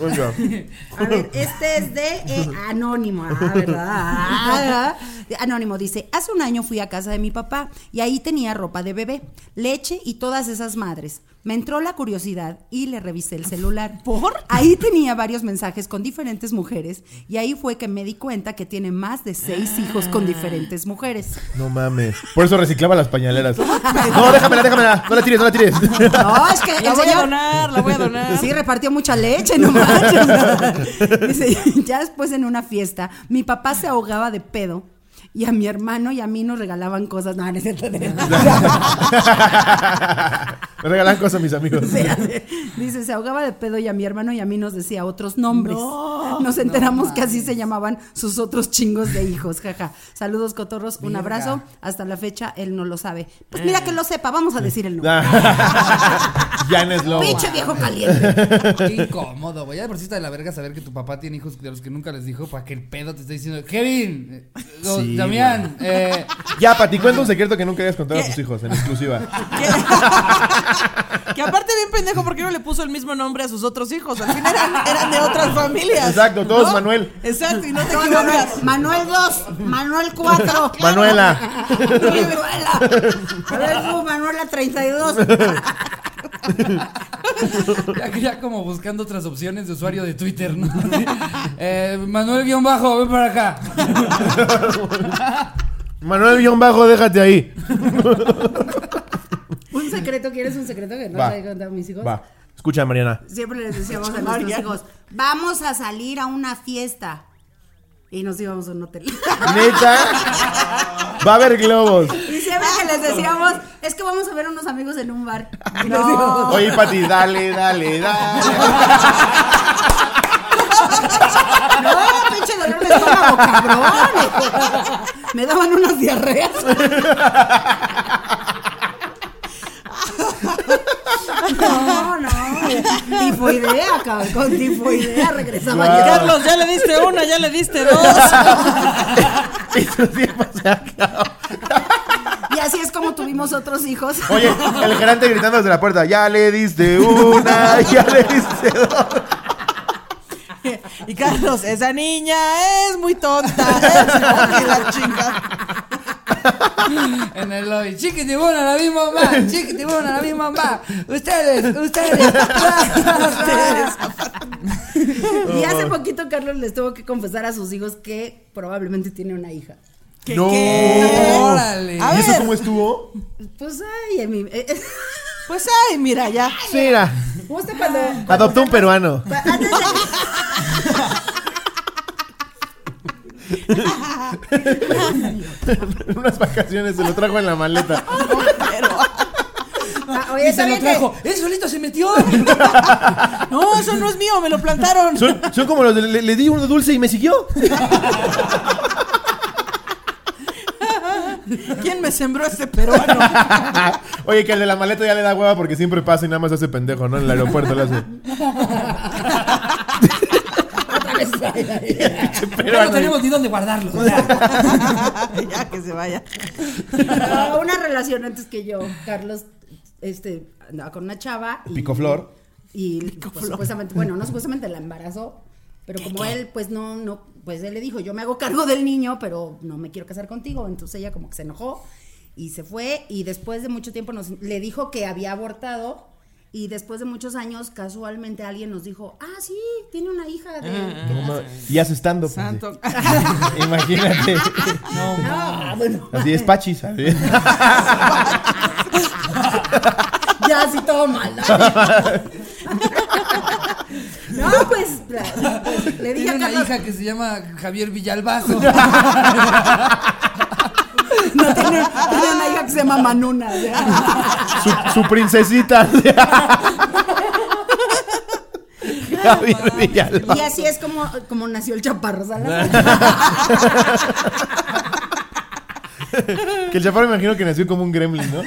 Muy bien.
A ver, este es de eh, Anónimo, ah, ¿verdad? Ah, ¿verdad? Anónimo dice, hace un año fui a casa de mi papá y ahí tenía ropa de bebé, leche y todas esas madres. Me entró la curiosidad y le revisé el celular. ¿Por? Ahí tenía varios mensajes con diferentes mujeres y ahí fue que me di cuenta que tiene más de seis hijos con diferentes mujeres.
No mames. Por eso reciclaba las pañaleras. No, déjamela, déjamela. No la tires, no la tires.
No, es que el
La voy a
señor-
donar, la voy a donar.
Sí, repartió mucha leche, no manches. Dice, ya después en una fiesta, mi papá se ahogaba de pedo. Y a mi hermano y a mí nos regalaban cosas. No, no es cierto.
Me regalan cosas mis amigos.
Dice, se ahogaba de pedo y a mi hermano y a mí nos decía otros nombres. nos enteramos que así se llamaban sus otros chingos de hijos, jaja. Saludos, cotorros, un abrazo. Hasta la fecha él no lo sabe. Pues mira que lo sepa, vamos a decir el nombre.
Jan Slobo.
Pinche viejo caliente.
Qué incómodo, güey. Ya de por sí está de la verga saber que tu papá tiene hijos de los que nunca les dijo para que el pedo te esté diciendo, Kevin, eh, o
Sí,
Damián, eh,
Ya, Pati, cuenta un secreto que nunca hayas contado a tus hijos, en exclusiva.
Que- que aparte bien pendejo porque no le puso el mismo nombre a sus otros hijos. Al fin eran, eran de otras familias.
Exacto, todos Manuel.
Exacto, y no te
No, Manuel,
equivocas.
Manuel 2, Manuel 4.
Manuela.
Manuela. A ver, tú, Manuela 32.
ya, ya como buscando otras opciones de usuario de Twitter, ¿no? Así, eh, Manuel guión bajo, ven para acá.
Manuel guión bajo, déjate ahí.
¿Un secreto? ¿Quieres un secreto que no
Va.
te he contado a mis hijos?
Va. Escucha, Mariana.
Siempre les decíamos a
Mariano.
nuestros hijos, vamos a salir a una fiesta. Y nos íbamos a un hotel.
Neta. Va a haber globos.
Y siempre que les decíamos, es que vamos a ver a unos amigos en un bar. Y les
No.
digo,
Oye, Pati, dale, dale, dale.
no, pinche dolor de estómago, cabrón. Me daban unas diarreas. No, no. Tifoidea, cabrón. Con tifoidea regresaba
Guau.
yo.
Carlos, ya le diste una, ya le diste dos.
Eso sí pasa.
Y así es como tuvimos otros hijos.
Oye, el gerente gritando desde la puerta, ya le diste una, ya le diste dos.
Y Carlos, esa niña es muy tonta. Es que la chinga.
En el lobby, chiquitibuna, la misma mamá, chiquitibuna, la misma mamá. Ustedes, ustedes.
Y hace poquito Carlos les tuvo que confesar a sus hijos que probablemente tiene una hija.
¿Qué,
No.
qué?
Órale.
A
¿Y eso
ver.
cómo estuvo?
Pues ay, a mí. eh, eh,
Pues ay, mira ya.
Sí, era.
Justo cuando.
Adoptó un peruano.
Antes
En unas vacaciones se lo trajo en la maleta.
de-
Ah. Y
ah, Oye,
se lo
¿saben
trajo. Él solito se metió.
No, eso no es mío, me lo plantaron.
Son, son como los de, le, le di uno dulce y me siguió.
¿Quién me sembró este peruano?
Oye, que el de la maleta ya le da hueva porque siempre pasa y nada más hace pendejo, ¿no? En el aeropuerto lo hace.
Pero no tenemos ni dónde guardarlo. o sea.
ya que se vaya.
No, una relación antes que yo, Carlos, este, andaba con una chava. y-
Picoflor.
Y pues, supuestamente, bueno, no supuestamente la embarazó. Pero como él, pues no, no, pues él le dijo, yo me hago cargo del niño, pero no me quiero casar contigo. Entonces ella como que se enojó Y se fue y después de mucho tiempo nos, le dijo que había abortado y después de muchos años casualmente alguien nos dijo, ah, sí, tiene una hija de...
No mames. Y hace stand-up.
Santo.
así. Imagínate.
No,
Ah, bueno.
Así es Pachis. así.
Ya, así todo mal. No, No, pues, la- pues, le dije
Tiene
a
una
Carlos,
hija que se llama Javier Villalbazo.
no tiene, tiene una hija que se llama Manuna. ya.
su, su princesita. así. Javier Villalba.
Y así es como, como nació el chaparro, ¿sabes?
Que el chaparro me imagino que nació como un gremlin, ¿no?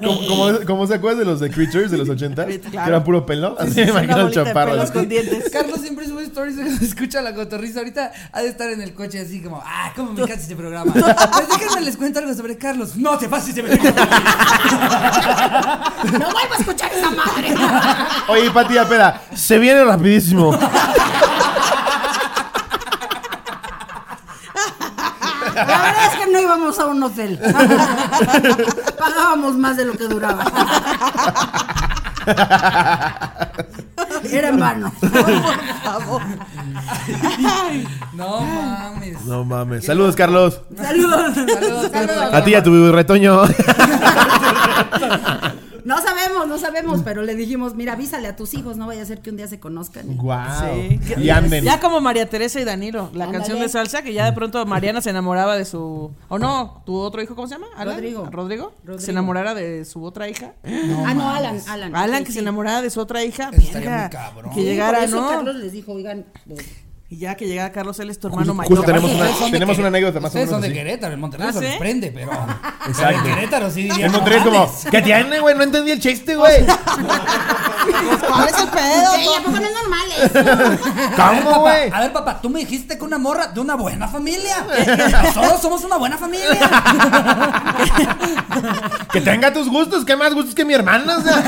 Como, como- como se acuerdas de los de Creatures de los 80 que
Claro.
eran puro pelo. Así me
Una
imagino el
bolita de
chaparro.
pelos
así.
con dientes.
Carlos siempre sube stories cuando escucha la cotorriza. Ahorita ha de estar en el coche así como, ah, cómo me encanta este programa. Pues déjenme les cuento algo sobre Carlos. No te pases de verga.
No vuelvo a escuchar esa madre.
Oye, Pati, espera. Se viene rapidísimo.
La verdad es que no íbamos a un hotel. Pagábamos más de lo que duraba. Era en vano.
No mames.
No mames. Saludos, Carlos.
Saludos.
Saludos, Carlos.
A ti, y a tu retoño.
No sabemos, no sabemos, pero le dijimos, mira, avísale a tus hijos, no vaya a ser que un día se conozcan.
Wow.
Sí.
Y anden.
Ya como María Teresa y Danilo, la
Ándale.
canción de salsa que ya de pronto Mariana se enamoraba de su o no, tu otro hijo ¿cómo se llama? Alan?
Rodrigo.
Rodrigo.
Rodrigo.
Se enamorara de su otra hija.
ah, no, Alan, Alan.
Alan
Sí,
que
sí.
se enamorara de su otra hija.
Eso estaría
verga,
muy cabrón.
Que
Sí,
llegara,
por eso
¿no?
Carlos les dijo, oigan, pues,
Y ya que llegara Carlos, él es tu hermano mayor.
Justo tenemos
Ustedes son
una,
de
tenemos una
Querétaro.
anécdota más o
Ustedes
menos.
son de
así.
Querétaro, el Monterrey
¿Ah,
se les
sí?
prende, pero.
Exacto.
En Querétaro sí diría.
En
no
Monterrey como,
mames.
¿qué tiene, güey? No entendí el chiste, güey.
¿Cuál es el
"Ey, pues, ¿a poco no es normal eso?"
A ver,
¿Cómo,
papá,
güey?
A ver, papá, tú me dijiste que una morra de una buena familia. Nosotros somos una buena familia.
Que tenga tus gustos. ¿Qué más gustos que mi hermana? O sea,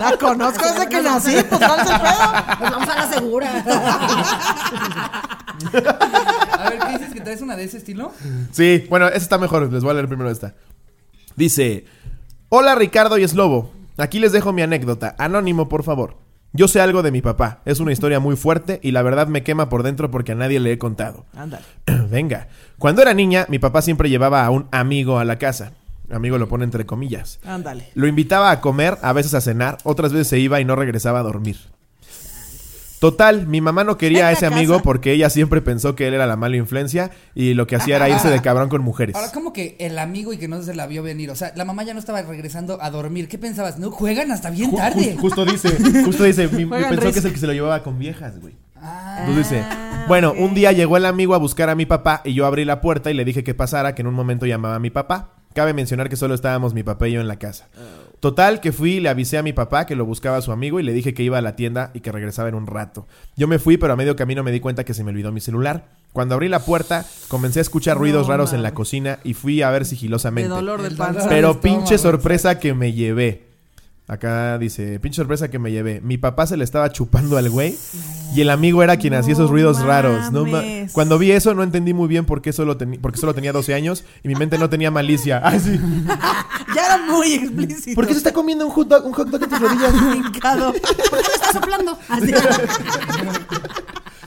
La conozco desde que nací, pues ¿cuál es el pedo?
Pues vamos a la segura.
A ver, ¿qué dices que traes una de ese estilo?
Sí, bueno, esta está mejor. Les voy a leer primero esta. Dice: Hola, Ricardo y Slobo. Aquí les dejo mi anécdota. Anónimo, por favor. Yo sé algo de mi papá. Es una historia muy fuerte y la verdad me quema por dentro porque a nadie le he contado.
Ándale.
Venga. Cuando era niña, mi papá siempre llevaba a un amigo a la casa. Amigo lo pone entre comillas.
Ándale.
Lo invitaba a comer, a veces a cenar, otras veces se iba y no regresaba a dormir. Total, mi mamá no quería a ese amigo porque ella siempre pensó que él era la mala influencia y lo que hacía era irse de cabrón con mujeres.
Ahora, ¿cómo que el amigo y que no se la vio venir? O sea, la mamá ya no estaba regresando a dormir. ¿Qué pensabas? No juegan hasta bien tarde.
justo dice, justo dice, mi,
Juegan
pensó que es
risco.
el que se lo llevaba con viejas, güey.
Ah,
Entonces dice, bueno, un día llegó el amigo a buscar a mi papá y yo abrí la puerta y le dije que pasara, que en un momento llamaba a mi papá. Cabe mencionar que solo estábamos mi papá y yo en la casa. Total, que fui y le avisé a mi papá que lo buscaba a su amigo y le dije que iba a la tienda y que regresaba en un rato. Yo me fui, pero a medio camino me di cuenta que se me olvidó mi celular. Cuando abrí la puerta, comencé a escuchar ruidos raros en la cocina y fui a ver
De
sigilosamente.
dolor de
El
panza.
dolor.
Pero
Estómago,
pinche
exacto.
sorpresa que me llevé. Acá dice, pinche sorpresa que me llevé. Mi papá se le estaba chupando al güey y el amigo era quien hacía esos ruidos raros. No ma-
mames.
Cuando vi eso no entendí muy bien por qué solo teni- porque solo tenía 12 años y mi mente no tenía malicia. Ay, sí.
Ya era muy explícito.
¿Por qué se está comiendo un hot dog, un hot dog en tus rodillas?
brincado?
¿Por qué me está soplando? Así.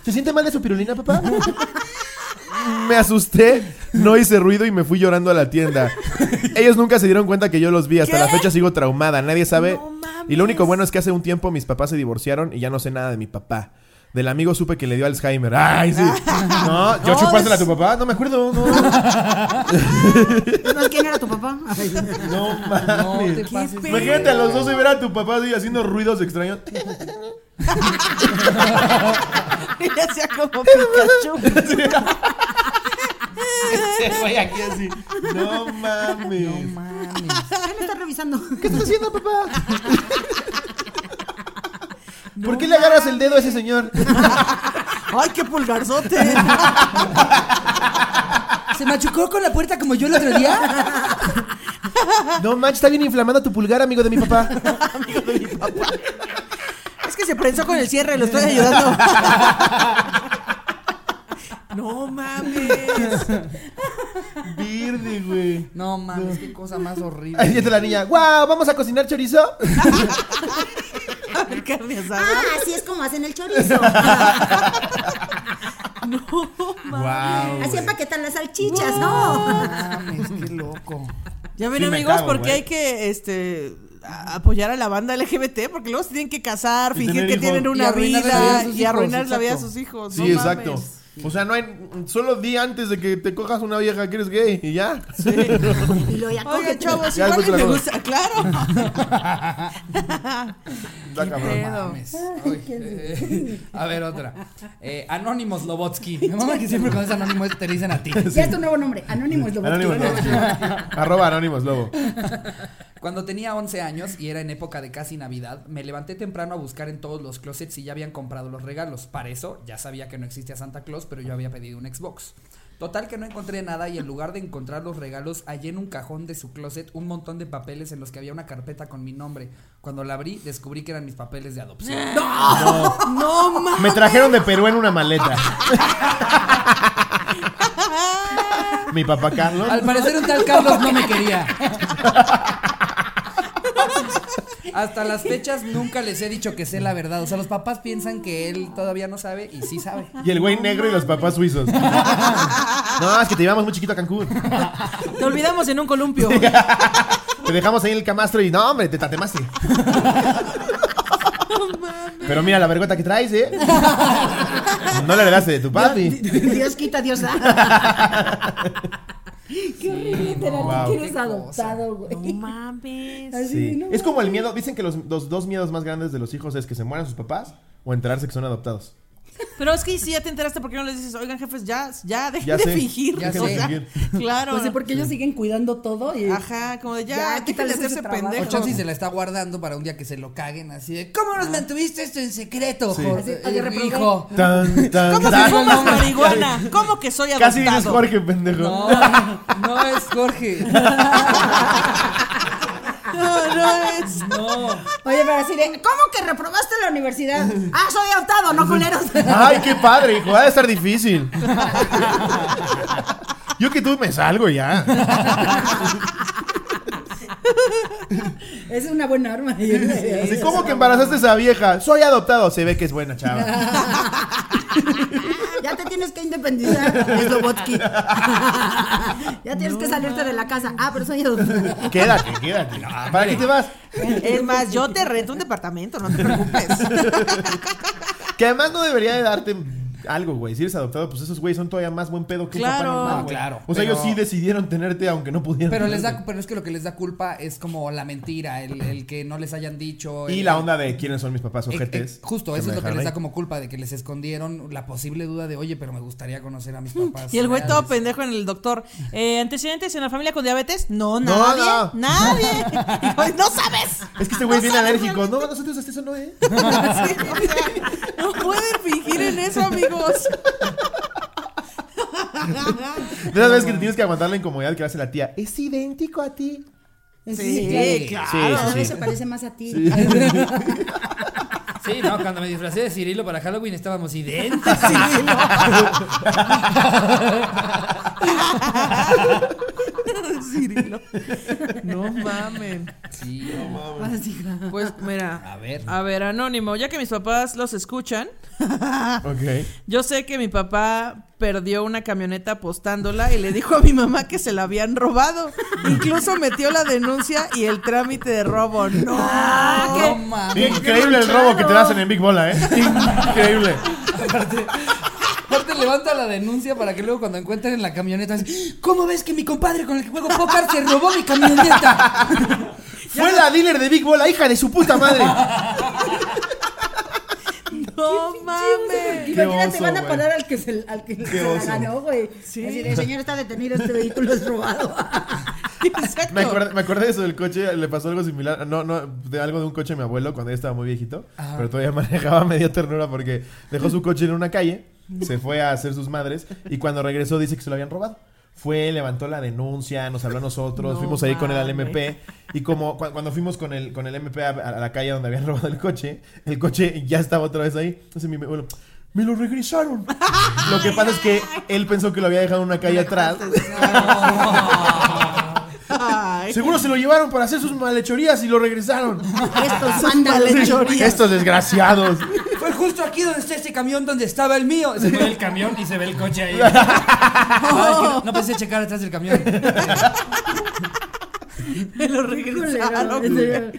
¿Se siente mal de su pirulina, papá? Me asusté, no hice ruido y me fui llorando a la tienda. Ellos nunca se dieron cuenta que yo los vi. Hasta la fecha sigo traumada. Nadie sabe.
No mames.
y lo único bueno es que hace un tiempo mis papás se divorciaron y ya no sé nada de mi papá. Del amigo supe que le dio Alzheimer. ¡Ay, sí! No, yo
No,
chupársela a
es-
tu papá. No me acuerdo. No,
¿No? ¿Quién era tu papá? Ay.
no
no
mames.
te pases.
pe-
Imagínate a los dos y ver a tu papá así haciendo ruidos extraños.
Y hacía como Pikachu.
Se fue aquí así. No mames.
¿Qué me estás revisando?
¿Qué estás haciendo, papá? ¿Por qué le agarras el dedo a ese señor?
Ay, qué pulgarzote.
¿Se machucó con la puerta como yo el otro día?
No manches, está bien inflamado tu pulgar, amigo de mi papá.
Es que se prensó con el cierre, lo estoy ayudando. No mames.
Verde, güey.
No mames, qué cosa más horrible.
Ahí está la niña. ¡Guau! ¿Vamos a cocinar chorizo?
carne asada.
Ah, así es como hacen el chorizo.
No,
¡Guau!
Así
güey.
empaquetan las salchichas, ¿no?
mames, qué loco.
Ya ven,
Sí me
amigos,
cago,
porque
güey.
hay que este a- apoyar a la banda LGBT, porque luego se tienen que casar,
Y
fingir
tener
que
hijos.
tienen una
Y arruinar la vida
vida
de sus
y
hijos,
arruinar la vida de
exacto.
sus hijos.
Sí,
no
exacto.
mames.
O sea, no hay. Solo di antes de que te cojas una vieja que eres gay y ya.
Y lo ya
Oigan,
cogen.
chavos,
Ya,
igual
pues,
y me
claro.
gusta, claro.
Está cabrón.
pedo.
Mames. Uy, eh, a ver, otra. Eh, Anónimos Lobotsky. Me mama que siempre cuando es anónimo es- te dicen a ti.
Ya es tu nuevo nombre. Anónimo es lo
Anónimos Lobo. Arroba Anónimos Lobo.
Cuando tenía 11 años y era en época de casi Navidad, me levanté temprano a buscar en todos los closets si ya habían comprado los regalos. Para eso, ya sabía que no existía Santa Claus, pero yo había pedido un Xbox. Total que no encontré nada y en lugar de encontrar los regalos, hallé en un cajón de su closet un montón de papeles en los que había una carpeta con mi nombre. Cuando la abrí, descubrí que eran mis papeles de adopción.
No mames.
Me trajeron de Perú en una maleta. Mi papá Carlos.
Al parecer un tal Carlos no me quería. Hasta las fechas nunca les he dicho que sé la verdad. O sea, los papás piensan que él todavía no sabe y sí sabe.
Y el güey negro y los papás suizos. No, es que te llevamos muy chiquito a Cancún.
Te olvidamos en un columpio.
Te dejamos ahí en el camastro y no, hombre, te tatemaste. Pero mira la vergüenza que traes, ¿eh? No la heredaste de tu papi.
Dios quita, Dios da.
Qué horrible tener
wow.
que eres
Qué cosa.
adoptado,
No
güey.
mames.
Así,
Sí.
no
Es como el miedo. Dicen que los, los dos miedos más grandes de los hijos es que se mueran sus papás o enterarse que son adoptados.
Pero es que si ya te enteraste, ¿por qué no les dices, oigan, jefes, ya, ya dejen
Ya
de
sé,
fingir?
ya
o
sé.
sea, Claro.
Pues sí, porque ellos siguen cuidando todo y.
Ajá, como de ya,
Ya,
ya
quítales
quítales de
ese
hacerse
trabajo.
O
pendejos.
Chance se la está guardando para un día que se lo caguen así de ¿Cómo nos mantuviste esto en secreto,
Sí.
Jorge?
Así, oye, reprobé.
hijo?
Tan, tan,
¿Cómo que
tan.
fumas marihuana? ¿Cómo que soy adoptado?
Casi dices Jorge, pendejo.
No, no es Jorge.
No, no es.
No.
Oye, pero así de. ¿Cómo que reprobaste la universidad?
Ah, soy adoptado, no culeros.
Ay, qué padre, hijo. Va a estar difícil. Yo que tú me salgo ya.
Es una buena arma.
Así, ¿Cómo que embarazaste a esa vieja? Soy adoptado. Se ve que es buena, chava.
Ya te tienes que independizar, es Lobotsky.
Ya tienes que salirte de la casa. Ah, pero soy adoptada.
Quédate, quédate. No, ¿Para qué te vas?
Es más, yo te rento un departamento, no te preocupes.
Que además no debería de darte algo, güey. Si eres adoptado, pues esos güeyes son todavía más buen pedo que un
Claro.
papá normal,
No,
güey.
claro,
O sea,
pero-
ellos sí decidieron tenerte aunque no pudieran.
Pero les da,
tenerte.
pero es que lo que les da culpa es como la mentira, el, el que no les hayan dicho.
Y
el-
la onda de quiénes son mis papás
Eh,
ojetes.
eh, justo,
que
eso
me
es lo que
dejaron
les da
ahí.
como culpa de que les escondieron la posible duda de, oye, pero me gustaría conocer a mis papás.
Y el güey todo
reales".
pendejo en el doctor. Eh, ¿Antecedentes en la familia con diabetes? No,
No,
nadie.
no.
Nadie. Y yo, no sabes.
Es que este güey es
No
bien
sabes
alérgico. No, nosotros hasta eso no, ¿eh?
Sí, o sea, no pueden fingir en eso, amigos.
De esas veces que te tienes que aguantar la incomodidad que le hace la tía. Es idéntico a ti.
Sí,
Cada
Sí,
vez
sí,
se parece más a ti.
Sí, no, cuando me disfracé de Cirilo para Halloween estábamos idénticos.
Cirilo. No mamen.
Sí, no,
Pues mira.
A ver.
A ver, anónimo. Ya que mis papás los escuchan.
Ok.
Yo sé que mi papá perdió una camioneta apostándola y le dijo a mi mamá que se la habían robado. Incluso metió la denuncia y el trámite de robo. No.
no mames.
Bien, increíble el robo que te hacen en Big Bola, ¿eh? Increíble.
Aparte levanta la denuncia para que luego cuando encuentren en la camioneta así, ¿Cómo ves que mi compadre con el que juego póker se robó mi camioneta?
Fue la dealer de Big Bola, hija de su puta madre.
No mames.
Imagínate,
oso,
van a
güey.
parar al que se, al que se la
oso.
ganó, güey. Así de, señor, está detenido, este vehículo es robado.
Exacto.
Me acordé, me acordé de eso del coche, le pasó algo similar, no, no, de algo de un coche a mi abuelo cuando él estaba muy viejito, pero todavía manejaba media ternura porque dejó su coche en una calle, se fue a hacer sus madres y cuando regresó dice que se lo habían robado. Fue, levantó la denuncia, nos habló a nosotros,
No
fuimos ahí con él al
mames.
MP y como cu- cuando fuimos con el, con el MP a, a la calle donde habían robado el coche, el coche ya estaba otra vez ahí. Entonces mi abuelo, me lo regresaron. Lo que pasa es que él pensó que lo había dejado en una calle atrás.
Ay.
Seguro se lo llevaron para hacer sus malhechorías y lo regresaron.
Estos vándalos.
Estos desgraciados.
Fue justo aquí donde está este camión donde estaba el mío. Se ve el camión y se ve el coche ahí. No, es que no- no pensé checar atrás del camión.
Me lo
Culero,
regresaron.
en
güey.
serio.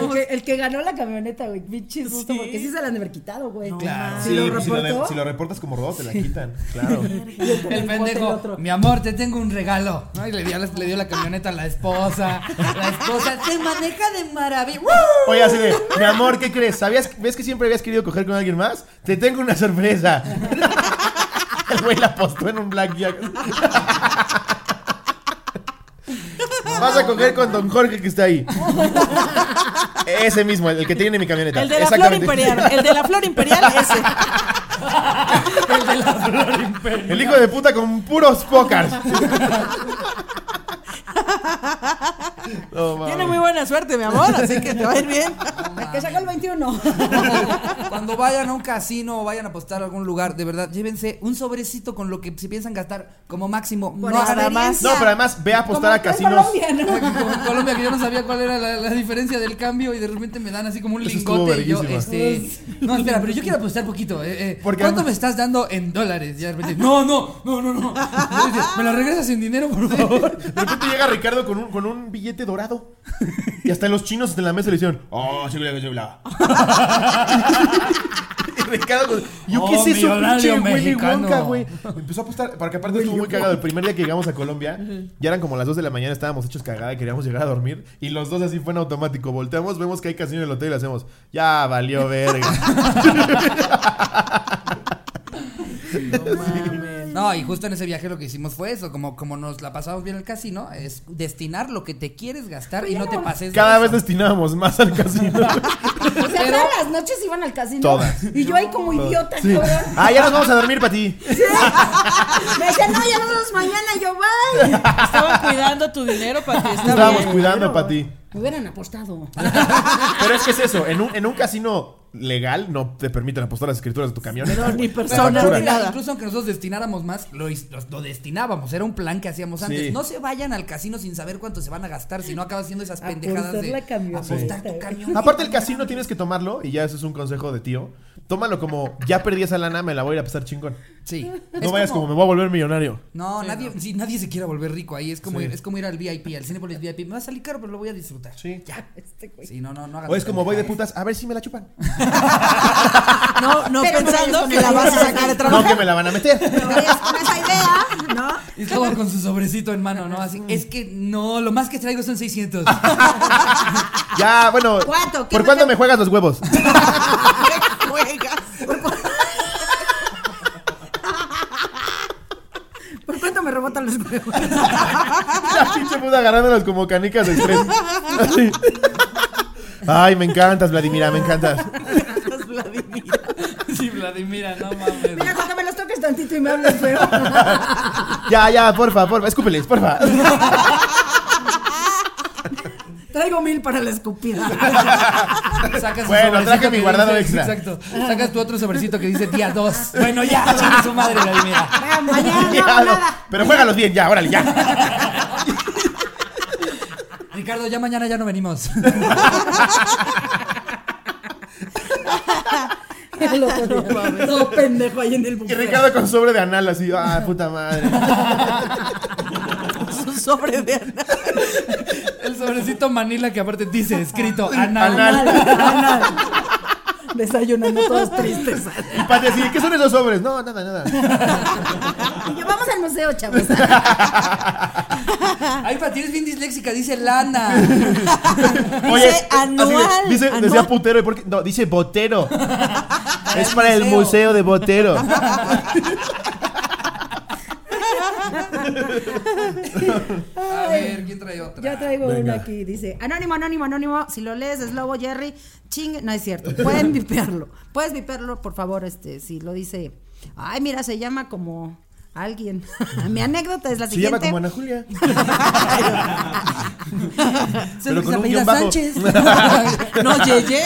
el, que, el que ganó la camioneta, güey. Pinche susto, porque sí se la han de haber quitado, güey.
claro.
Si lo
pues, si, lo de-
reportó.
si lo reportas como robot, te la quitan. Claro.
El pendejo, mi amor, te tengo un regalo. Ay, le, dio, le dio la camioneta a la esposa. La esposa se maneja de maravilla. ¡Woo!
Oye, así de, mi amor, ¿qué crees? ¿Sabías, ¿Ves que siempre habías querido coger con alguien más? Te tengo una sorpresa. El güey la apostó en un blackjack. Vas a coger con don Jorge que está ahí. Ese mismo, el que tiene mi camioneta.
El de la flor imperial. El de la flor imperial, ese.
El de la flor imperio.
El hijo de puta con puros pocars. No,
Tiene
mames.
muy buena suerte, mi amor, así que te va a ir bien.
El que sacó el 21.
Cuando vayan a un casino o vayan a apostar a algún lugar, de verdad, llévense un sobrecito con lo que se piensan gastar como máximo.
Por
no hagan
experiencia.
más.
No, pero además ve a apostar
Como
a
acá en
casinos.
Colombia, ¿no?
Como en Colombia, que yo no sabía cuál era la, la diferencia del cambio y de repente me dan así como un
Eso estuvo
lingote. Y yo,
verguísima.
este, no, espera, pero yo quiero apostar poquito. eh, eh,
Porque
¿Cuánto
además-
me estás dando en dólares? Y de repente, no, no, no, no, no. Me la regresas en dinero, por favor.
De repente llega Ricardo con un, con un billete dorado. Y hasta los chinos en la mesa le hicieron, oh, sí, bla, bla, bla". Y Ricardo, con- yo qué
Oh,
sé eso,
millonario
pinche Willy
mexicano.
Wonka, güey. Empezó a apostar, para que aparte estuvo muy cagado. El primer día que llegamos a Colombia, ya eran como las 2 de la mañana, estábamos hechos cagada y queríamos llegar a dormir. Y los dos así fue en automático. Volteamos, vemos que hay casino en el hotel y le hacemos, ya valió verga.
No, y justo en ese viaje lo que hicimos fue eso, como, como nos la pasamos bien en el casino, es destinar lo que te quieres gastar y no te pases de
Cada
eso.
vez destinábamos más al casino.
O sea,
Pero-
todas las noches iban al casino.
Todas.
Y yo ahí como idiota,
Sí.
cabrón.
Ah, ya nos vamos a dormir para ti.
Me decían, no, ya nos vemos mañana. Y yo, bye.
Estaban cuidando tu dinero para que estaba
Estábamos cuidando para ti.
Me hubieran apostado.
Pero es que es eso, en un, en un casino legal no te permiten apostar las escrituras de tu camión.
No, ni
Pero
persona
incluso-
ni nada.
Incluso aunque nosotros destináramos más, lo, his- lo- lo destinábamos. Era un plan que hacíamos antes.
Sí.
No se vayan al casino sin saber cuánto se van a gastar, si no acabas haciendo esas pendejadas
Apostar
de
la camioneta.
apostar tu camión.
Aparte el casino tienes que tomarlo, y ya eso es un consejo de tío, tómalo como, ya perdí esa lana, me la voy a ir a pasar chingón.
Sí.
No
Es
vayas como, me voy a volver millonario.
No, nadie, sí, nadie se quiere volver rico ahí. Es como, ir, es como ir al VIP, al Cinepolis VIP. Me va a salir caro, pero lo voy a disfrutar.
Sí.
Ya.
Este
Sí, no, no, no hagan
O es como voy de putas, a ver si me la chupan.
No, no
Pero no
pensando
vayas
que la
con
vas a
el-
sacar de trabajo.
No, que me la van a meter.
Pero es con esa idea, ¿no?
Y todo con su sobrecito en mano, ¿no?
Mm.
Así, es que no, lo más que traigo son 600.
Ya, bueno.
¿Cuánto? ¿Qué
¿Por
me
cuándo
te-
me juegas los huevos?
¿Qué juegas?
¿Por cuánto me rebotan los huevos?
La pinche puta agarrándolos como canicas de estrés. Así. Ay, me encantas, Vladimira, me encantas.
sí, Vladimir, no mames.
Mira, cuando me los toques tantito y me hables feo.
Ya, ya, porfa, porfa, escúpeles, porfa.
Traigo mil para la escupida.
Sacas tu
Bueno, traje
sobrecito
mi
que
guardado
dice-
extra.
Exacto. Sacas tu otro sobrecito que dice día 2. Bueno, ya, chingue su madre, Vladimir.
Mañana Ah, no
Ya,
hago
no.
nada.
Pero juégalos bien, ya, órale, ya.
Ricardo, ya mañana ya no venimos.
Todo pendejo ahí en el
Y
Pues,
buffet.
Ricardo con sobre de anal así, ah, puta madre.
Su sobre de anal.
El sobrecito Manila que aparte dice escrito
Anal.
anal.
Desayunando todos tristes.
Y Pati así, ¿qué son esos sobres? No, nada, nada.
Y yo, vamos al museo, chavos.
Ay, Pati, eres bien disléxica, dice lana.
Dice anual,
así de- dice,
anual.
decía putero, ¿y por qué? No, dice botero. es
el
para el
museo.
museo de botero.
A ver, ¿quién trae otra?
Ya traigo
Venga.
una aquí, dice, anónimo, anónimo, anónimo, si lo lees es lobo, Jerry, ching, no es cierto, pueden vipearlo, puedes vipearlo, por favor, este, si lo dice, ay, mira, se llama como alguien, mi anécdota es la
Se llama
siguiente.
como Ana Julia.
Solo que
Pero con
se
un
apellida
guión bajo.
Sánchez.
No, Yeye.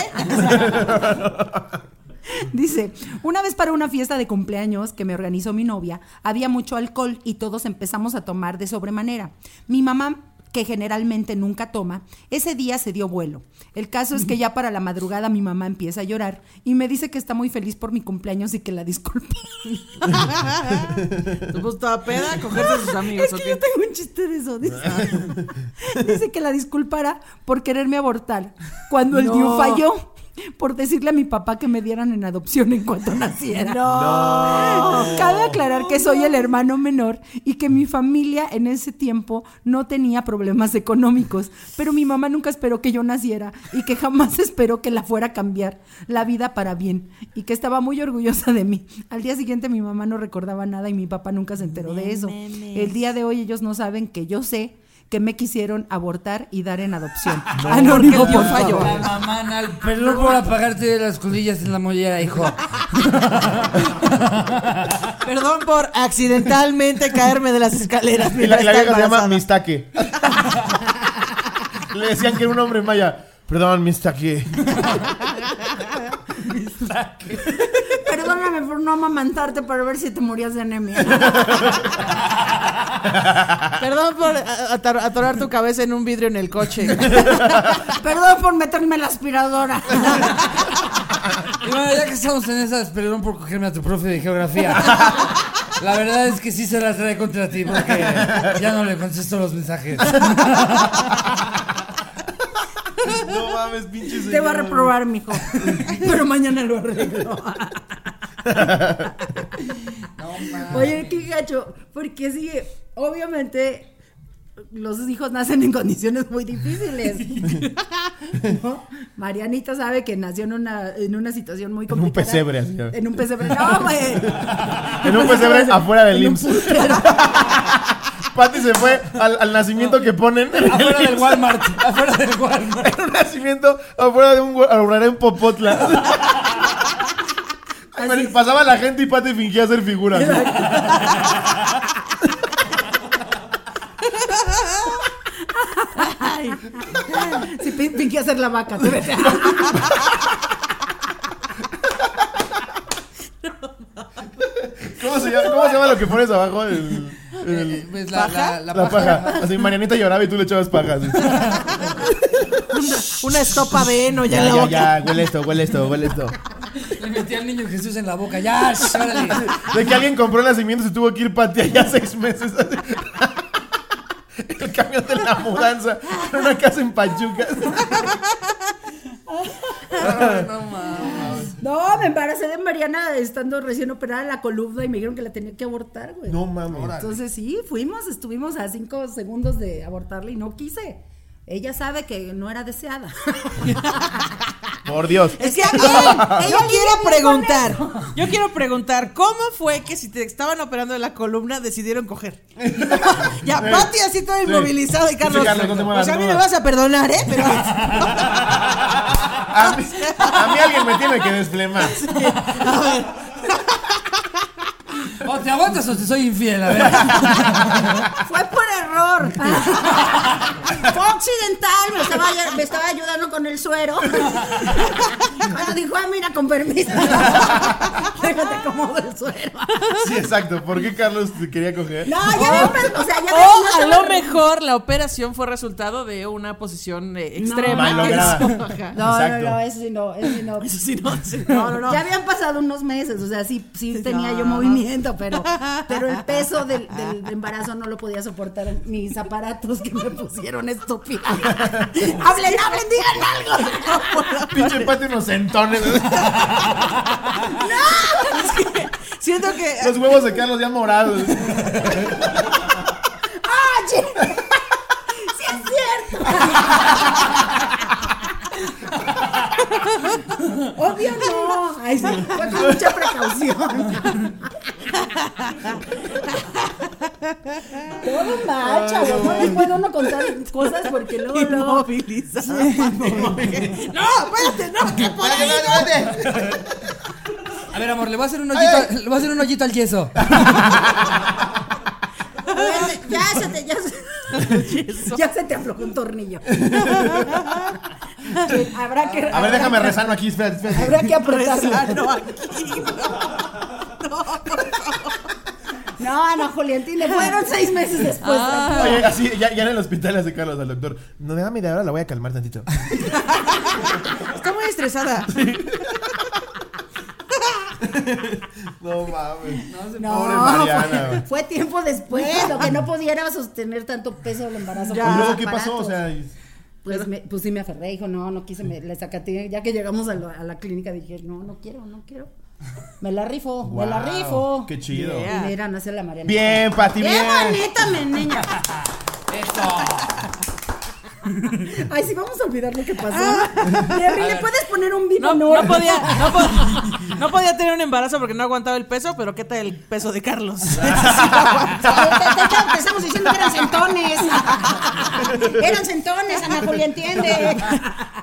Dice, una vez para una fiesta de cumpleaños que me organizó mi novia, había mucho alcohol y todos empezamos a tomar de sobremanera. Mi mamá que generalmente nunca toma, ese día se dio vuelo. El caso es que ya para la madrugada mi mamá empieza a llorar y me dice que está muy feliz por mi cumpleaños y que la disculpe.
Tú, Pues toda peda, a cogerse a sus amigos.
Es
¿o
que
qué?
yo tengo un chiste de eso. Dice, Dice que la disculpara por quererme abortar cuando el
No.
DIU falló por decirle a mi papá que me dieran en adopción en cuanto naciera. Cabe aclarar que soy el hermano menor y que mi familia en ese tiempo no tenía problemas económicos, pero mi mamá nunca esperó que yo naciera y que jamás esperó que la fuera a cambiar la vida para bien y que estaba muy orgullosa de mí. Al día siguiente mi mamá no recordaba nada y mi papá nunca se enteró de eso. El día de hoy ellos no saben que yo sé que me quisieron abortar y dar en adopción. Anónimo, por favor.
La mamá, Nal, perdón por apagarte las colillas en la mollera, hijo.
Perdón por accidentalmente caerme de las escaleras.
Y la,
mientras
la vieja se
estaba
llama
embarazada.
Mistake. Le decían que era un hombre maya. Perdón, Mistake.
Perdóname por no amamantarte para ver si te morías de anemia.
Perdón por a- atar- atorar tu cabeza en un vidrio en el coche.
Perdón por meterme la aspiradora.
Y bueno, ya que estamos en esas, perdón por cogerme a tu profe de geografía. La verdad es que sí se las trae contra ti porque ya no le contesto los mensajes.
No mames, pinche
Te va
señora.
a reprobar, mijo. Pero mañana lo arreglo. Oye, qué gacho. Porque sí, obviamente los hijos nacen en condiciones muy difíciles. ¿No? Marianita sabe que nació en una, en una situación muy
un
complicada.
pesebre, así.
En un pesebre. No, güey.
En un pesebre afuera del
En un
IMSS.
putero.
Patty se fue al, al nacimiento que ponen. en el
Afuera del
Insta.
Walmart, afuera del Walmart.
Era un nacimiento afuera de un hue- aurrera en Popotla. Ay,
Así.
Pasaba la gente y Patty fingía ser figura.
Si pin- fingí hacer la vaca, tú vete.
¿Cómo se llama, cómo se llama lo que pones abajo? El- el-
Eh, pues la, la, la
la
paja.
paja. Así Marianita lloraba y tú le echabas paja. así.
Una, una estopa de heno ya, en la
ya,
boca.
ya, huele esto, huele esto, huele esto.
Le metí al niño Jesús en la boca. Ya, sh, órale.
De que alguien compró el nacimiento se tuvo que ir Pati allá seis meses. así. El camión de la mudanza. Era una casa en Pachuca.
No, me embaracé de Mariana estando recién operada en la columna y me dijeron que la tenía que abortar, güey.
No mames.
Entonces sí, fuimos, estuvimos a cinco segundos de abortarla y no quise. Ella sabe que no era deseada.
Por Dios.
Es que a mí, yo quiero preguntar. Yo quiero preguntar, ¿cómo fue que si te estaban operando de la columna decidieron coger? ya, Pati así todo inmovilizado y Carlos.
Sí, Carlos, no te muevas,
pues a
no
mí me
muevas.
vas a perdonar, ¿eh? Pero
A mí, a mí alguien me tiene que desplemar.
O te aguantas o te soy infiel, a ver.
Fue por error.
Fue accidental, me estaba, me estaba ayudando con el suero. Cuando dijo, ah, mira, con permiso.
Déjate acomodo el suero.
Sí, exacto. ¿Por qué Carlos te quería coger?
No, ya me o sea, ya
o Oh. a
me
lo mejor la operación fue resultado de una posición eh, extrema.
Mal lograda.
Ajá.
No,
Exacto.
no, no, eso sí no, eso sí no.
Eso sí, no, sí, no, no, no.
Ya habían pasado unos meses, o sea, sí, sí tenía yo
no.
movimiento, pero, pero el peso del, del embarazo no lo podía soportar mis aparatos que me pusieron estúpida.
Hablen, hablen, digan algo.
Pinche Pati unos centones.
Siento que
Los huevos de Carlos ya morados.
¡Oye! ¡Sí es cierto!
Obvio no. Ay, sí, fue con mucha precaución. Todo mal, chavo. No les puede uno contar cosas porque luego, luego
inmovilizado. no, espérate, no, que por ahí.
A ver, amor, le voy a hacer un hoyito, le voy a hacer un hoyito al yeso.
Ya se te, ya se...
ya se te aflojó un tornillo. que habrá que.
A ver, déjame rezarlo aquí, espérate, espérate.
Habrá que apretarlo.
Rezando aquí. No,
No, Ana Juliantín, le fueron seis meses después.
Oye, así, ya, ya en el hospital le hace Carlos al doctor. No, déjame media hora, la voy a calmar tantito.
Está muy estresada.
No mames.
No,
Pobre Mariana.
fue,
güey.
fue tiempo después.
Bueno, que no pudiera sostener tanto peso del embarazo.
¿Y
con
luego
los
qué pasó? O
aparatos.
sea,
Pues, me- pues sí me aferré, dijo, no, no quise, me, le sacateé. Ya que llegamos a, la- a la clínica dije, no, no quiero, no quiero.
Me la rifo,
wow,
me la rifo.
Qué chido.
Y
Yeah.
mira, nace la Mariana.
Bien, Pati,
¡Qué
bien.
bonita, mi niña!
Ay, sí, vamos a olvidar lo que pasó.
Ah.
Jerry, ¿le puedes poner un vino?
No, no podía, no, po- no podía tener un embarazo porque no aguantaba el peso, pero ¿qué tal el peso de Carlos?
Ah,
Te- te- te- te estamos diciendo que eran centones. Eran centones, Ana Julia, entiende.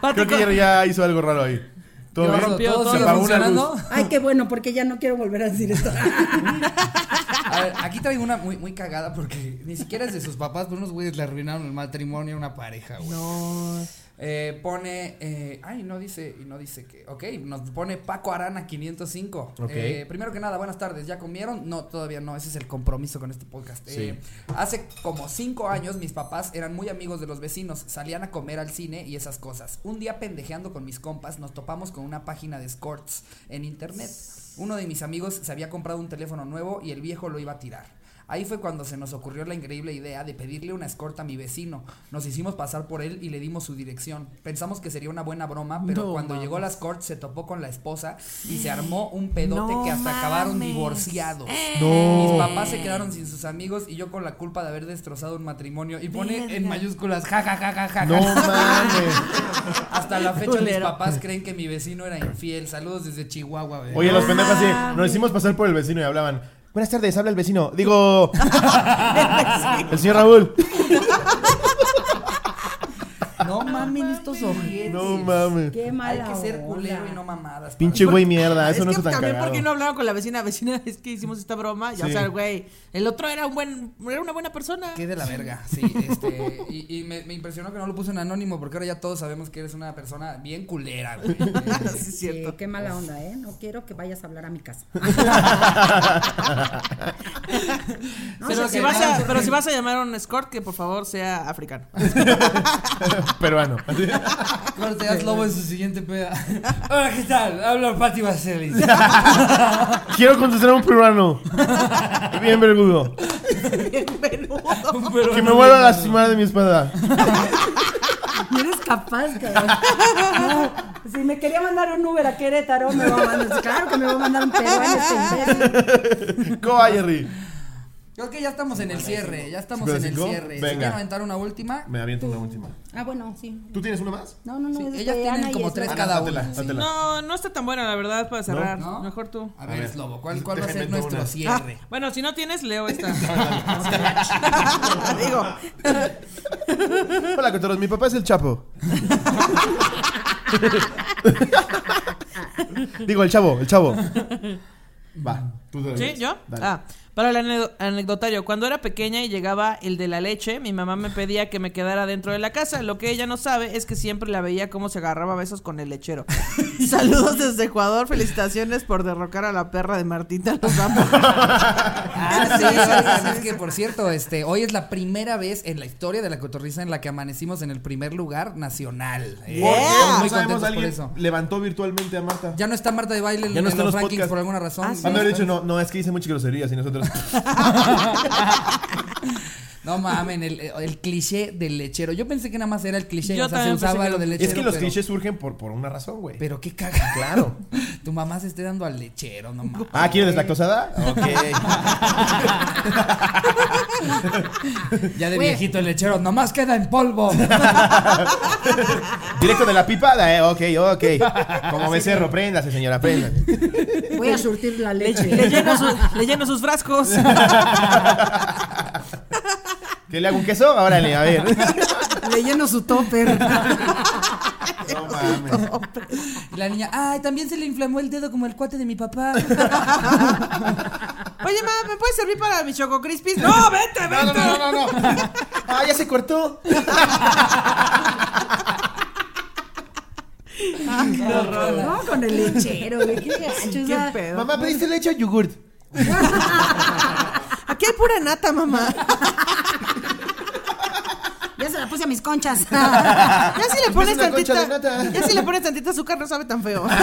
Pati,
Creo que ya- ya hizo algo raro ahí. ¿Todo
Todo,
bien?
rompió
todo
todo.
sigue
Se apagó una
funcionando.
luz.
Ay, qué bueno, porque ya no quiero volver a decir esto.
A ver, aquí traigo una muy, muy cagada porque ni siquiera es de sus papás, pero unos güeyes le arruinaron el matrimonio a una pareja, güey.
No.
Eh, pone, eh, ay, no dice, y no dice que, ok, nos pone Paco Arana 505.
Ok.
Eh, primero que nada, buenas tardes, ¿ya comieron? No, todavía no, ese es el compromiso con este podcast. Eh, hace como cinco años mis papás eran muy amigos de los vecinos, salían a comer al cine y esas cosas. Un día pendejeando con mis compas nos topamos con una página de Scorts en internet. Uno de mis amigos se había comprado un teléfono nuevo y el viejo lo iba a tirar. Ahí fue cuando se nos ocurrió la increíble idea de pedirle una escorta a mi vecino. Nos hicimos pasar por él y le dimos su dirección. Pensamos que sería una buena broma, pero
No
cuando
mames.
llegó la escort se topó con la esposa y se armó un pedote
No
que hasta acabaron
mames.
divorciados.
Eh. No.
Mis papás se quedaron sin sus amigos y yo con la culpa de haber destrozado un matrimonio. Y pone en mayúsculas, ja, ja, ja, ja, ja,
No
ja.
mames.
Hasta la fecha mis
Culero.
papás creen que mi vecino era infiel. Saludos desde Chihuahua. bebé.
Oye, los pendejos así, nos hicimos pasar por el vecino y hablaban. Buenas tardes, habla el vecino. Digo. el señor Raúl.
No mamen estos ojetes.
No mames.
Qué
Hay
mala
que ser
onda.
culero y no mamadas.
Pinche güey mierda,
es
eso no
que
está tan
también
cagado.
porque no hablaron con la vecina, vecina, es que hicimos esta broma, ya, o
Sí.
sea, güey, el otro era un buen, era una buena persona.
Qué de la verga, sí. Este, y y me, me impresionó que no lo puso en anónimo porque ahora ya todos sabemos que eres una persona bien culera, güey. Eh,
Ah, Sí, es
Sí,
cierto.
qué mala onda, ¿eh? No quiero que vayas a hablar a mi casa.
No,
pero,
sí,
si
sí,
vas
no,
a,
sí.
pero si vas a llamar a un escort, que por favor sea africano.
Peruano.
Corteas lobo en su siguiente peda. Hola, ¿qué tal? Habla Pati Vaselis.
Quiero contestar a un peruano. Bien vergudo.
Bienvenido.
Que me vuelva a lastimar de mi espada.
No eres capaz, cabrón. No, si me quería mandar un Uber a Querétaro, me va a mandar. Claro que me va a mandar un peruano. este imbécil.
¿Cómo va, Jerry?
Creo que ya estamos en el cierre, ya estamos en el
¿Cincuenta y cinco?
cierre.
Venga.
Si quieren aventar una última,
Me aviento una última.
Ah, bueno, sí.
¿Tú tienes una más?
No, no, no.
Sí,
es de este
ellas tienen
Ana y
como
es
tres
la-
Ana,
cada
dátela,
una, sí.
dátela.
No, no está tan buena la verdad para cerrar.
¿no?
Mejor tú. Ah,
a ver,
ver.
Slobo, ¿cuál, cuál va a
Déjame
ser
tú
nuestro
una.
cierre?
Bueno, si no tienes, leo esta.
Digo. Hola, Cotoros. Mi papá es el Chapo. Digo, el Chavo, el Chavo. Va, tú te
¿Sí? ¿Yo?
Dale.
Ah, para el ane- anecdotario, cuando era pequeña y llegaba el de la leche, mi mamá me pedía que me quedara dentro de la casa. Lo que ella no sabe es que siempre la veía cómo se agarraba a besos con el lechero. Saludos desde Ecuador, felicitaciones por derrocar a la perra de Martita. Los amo.
Ah, sí, oigan, es que por cierto, este, hoy es la primera vez en la historia de la cotorriza en la que amanecimos en el primer lugar nacional. Eh,
¿Por
estamos
qué?
muy
No sabemos,
contentos por
alguien
eso.
levantó virtualmente a Marta.
Ya pues. no está Marta de baile en,
Ya no
en
están
los,
los
rankings
podcasts.
por alguna razón.
Ah,
Ya
sí.
Han de
no
haber
está.
dicho, no, no, es que hice muchas groserías y nosotros.
No mamen, el, el cliché del lechero. Yo pensé que nada más era el cliché,
Yo
o sea, se
también pensé
usaba
que
lo del lechero.
es que los
pero-
clichés surgen por, por una razón, güey.
Pero qué caga.
Claro.
tu mamá se esté dando al lechero, no mames.
Ah, ¿quieres deslactosada? Ok.
Ya de viejito el lechero, nomás queda en polvo.
Directo de la pipa, eh, ok, ok. Como becerro, préndase, señora, préndase.
Voy a surtir la leche.
Le lleno, su- le lleno sus frascos.
¿Que le hago un queso? Órale, a ver.
Le lleno su topper.
No mames.
Y la niña, ay, también se le inflamó el dedo como el cuate de mi papá.
Oye, mamá, ¿me puedes servir para mi Choco Crispis? ¡No, vete,
No, no,
vete!
no, no, no. Ah, ya se cortó.
No, con el lechero, güey, qué gacho, o
¿Qué
sea,
pedo?
Mamá, pediste leche o yogurt.
Aquí hay pura nata, mamá.
Ya se la puse a mis conchas.
Ya si le pones
una concha de
tantita.
nata.
Ya si le pones tantita azúcar, no sabe tan feo.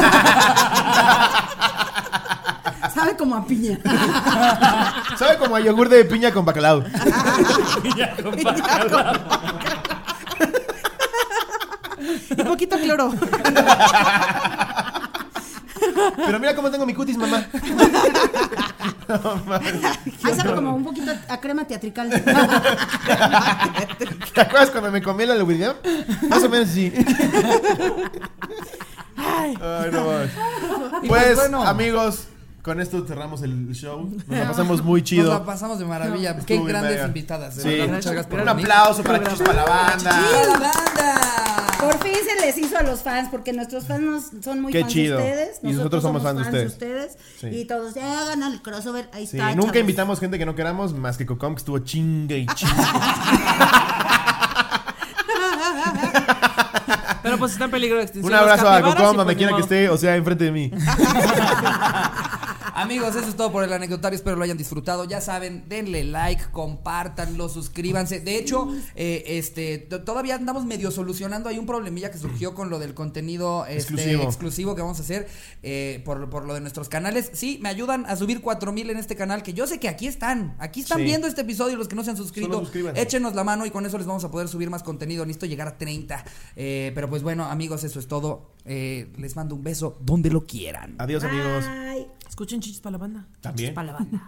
sabe como a piña.
Sabe como a yogur de piña con bacalao.
Y poquito cloro.
Pero mira cómo tengo mi cutis, mamá.
Ahí sabe como un poquito a crema teatrical.
¿Te acuerdas cuando me comí la lubricidad? Más o menos sí. Ay, no mames.
Y
Pues,
bueno,
amigos, con esto cerramos el show. Nos la pasamos muy chido.
Nos la pasamos de maravilla. Qué
Estuvo bien
grandes
verga.
invitadas. de
Sí.
verdad, Muchas gracias por
Un
venir.
aplauso para Chichis para la
¡Viva
banda.
la banda!
Por fin se les hizo a los fans, porque nuestros fans nos- son muy
Qué
fans
chido.
de ustedes.
Y nosotros somos fans de Sí.
Y todos, ya hagan el crossover. Ahí
Sí,
está.
nunca
chavos.
invitamos gente que no queramos, más que Cocom, que estuvo chingue
Ah,
y chingue.
Pero pues está en peligro de extinción.
Un abrazo
Los
a
capibaras y,
Cocom,
pues,
donde
ni
quiera que
modo.
esté, o sea, enfrente de mí.
Amigos, eso es todo por el anecdotario. Espero lo hayan disfrutado. Ya saben, denle like, compártanlo, suscríbanse. De hecho, eh, este, to- todavía andamos medio solucionando. Hay un problemilla que surgió con lo del contenido este,
Exclusivo.
exclusivo. que vamos a hacer eh, por, por lo de nuestros canales. Sí, me ayudan a subir 4000 en este canal, que yo sé que aquí están. Aquí están
Sí.
viendo este episodio. Los que no se han suscrito,
Solo suscríbanse.
échenos la mano y con eso les vamos a poder subir más contenido. Listo, llegar a 30. Eh, pero pues bueno, amigos, eso es todo. Eh, les mando un beso donde lo quieran.
Ah.
Adiós, amigos.
Ay,
Escuchen chichis para la banda.
También.
para la banda.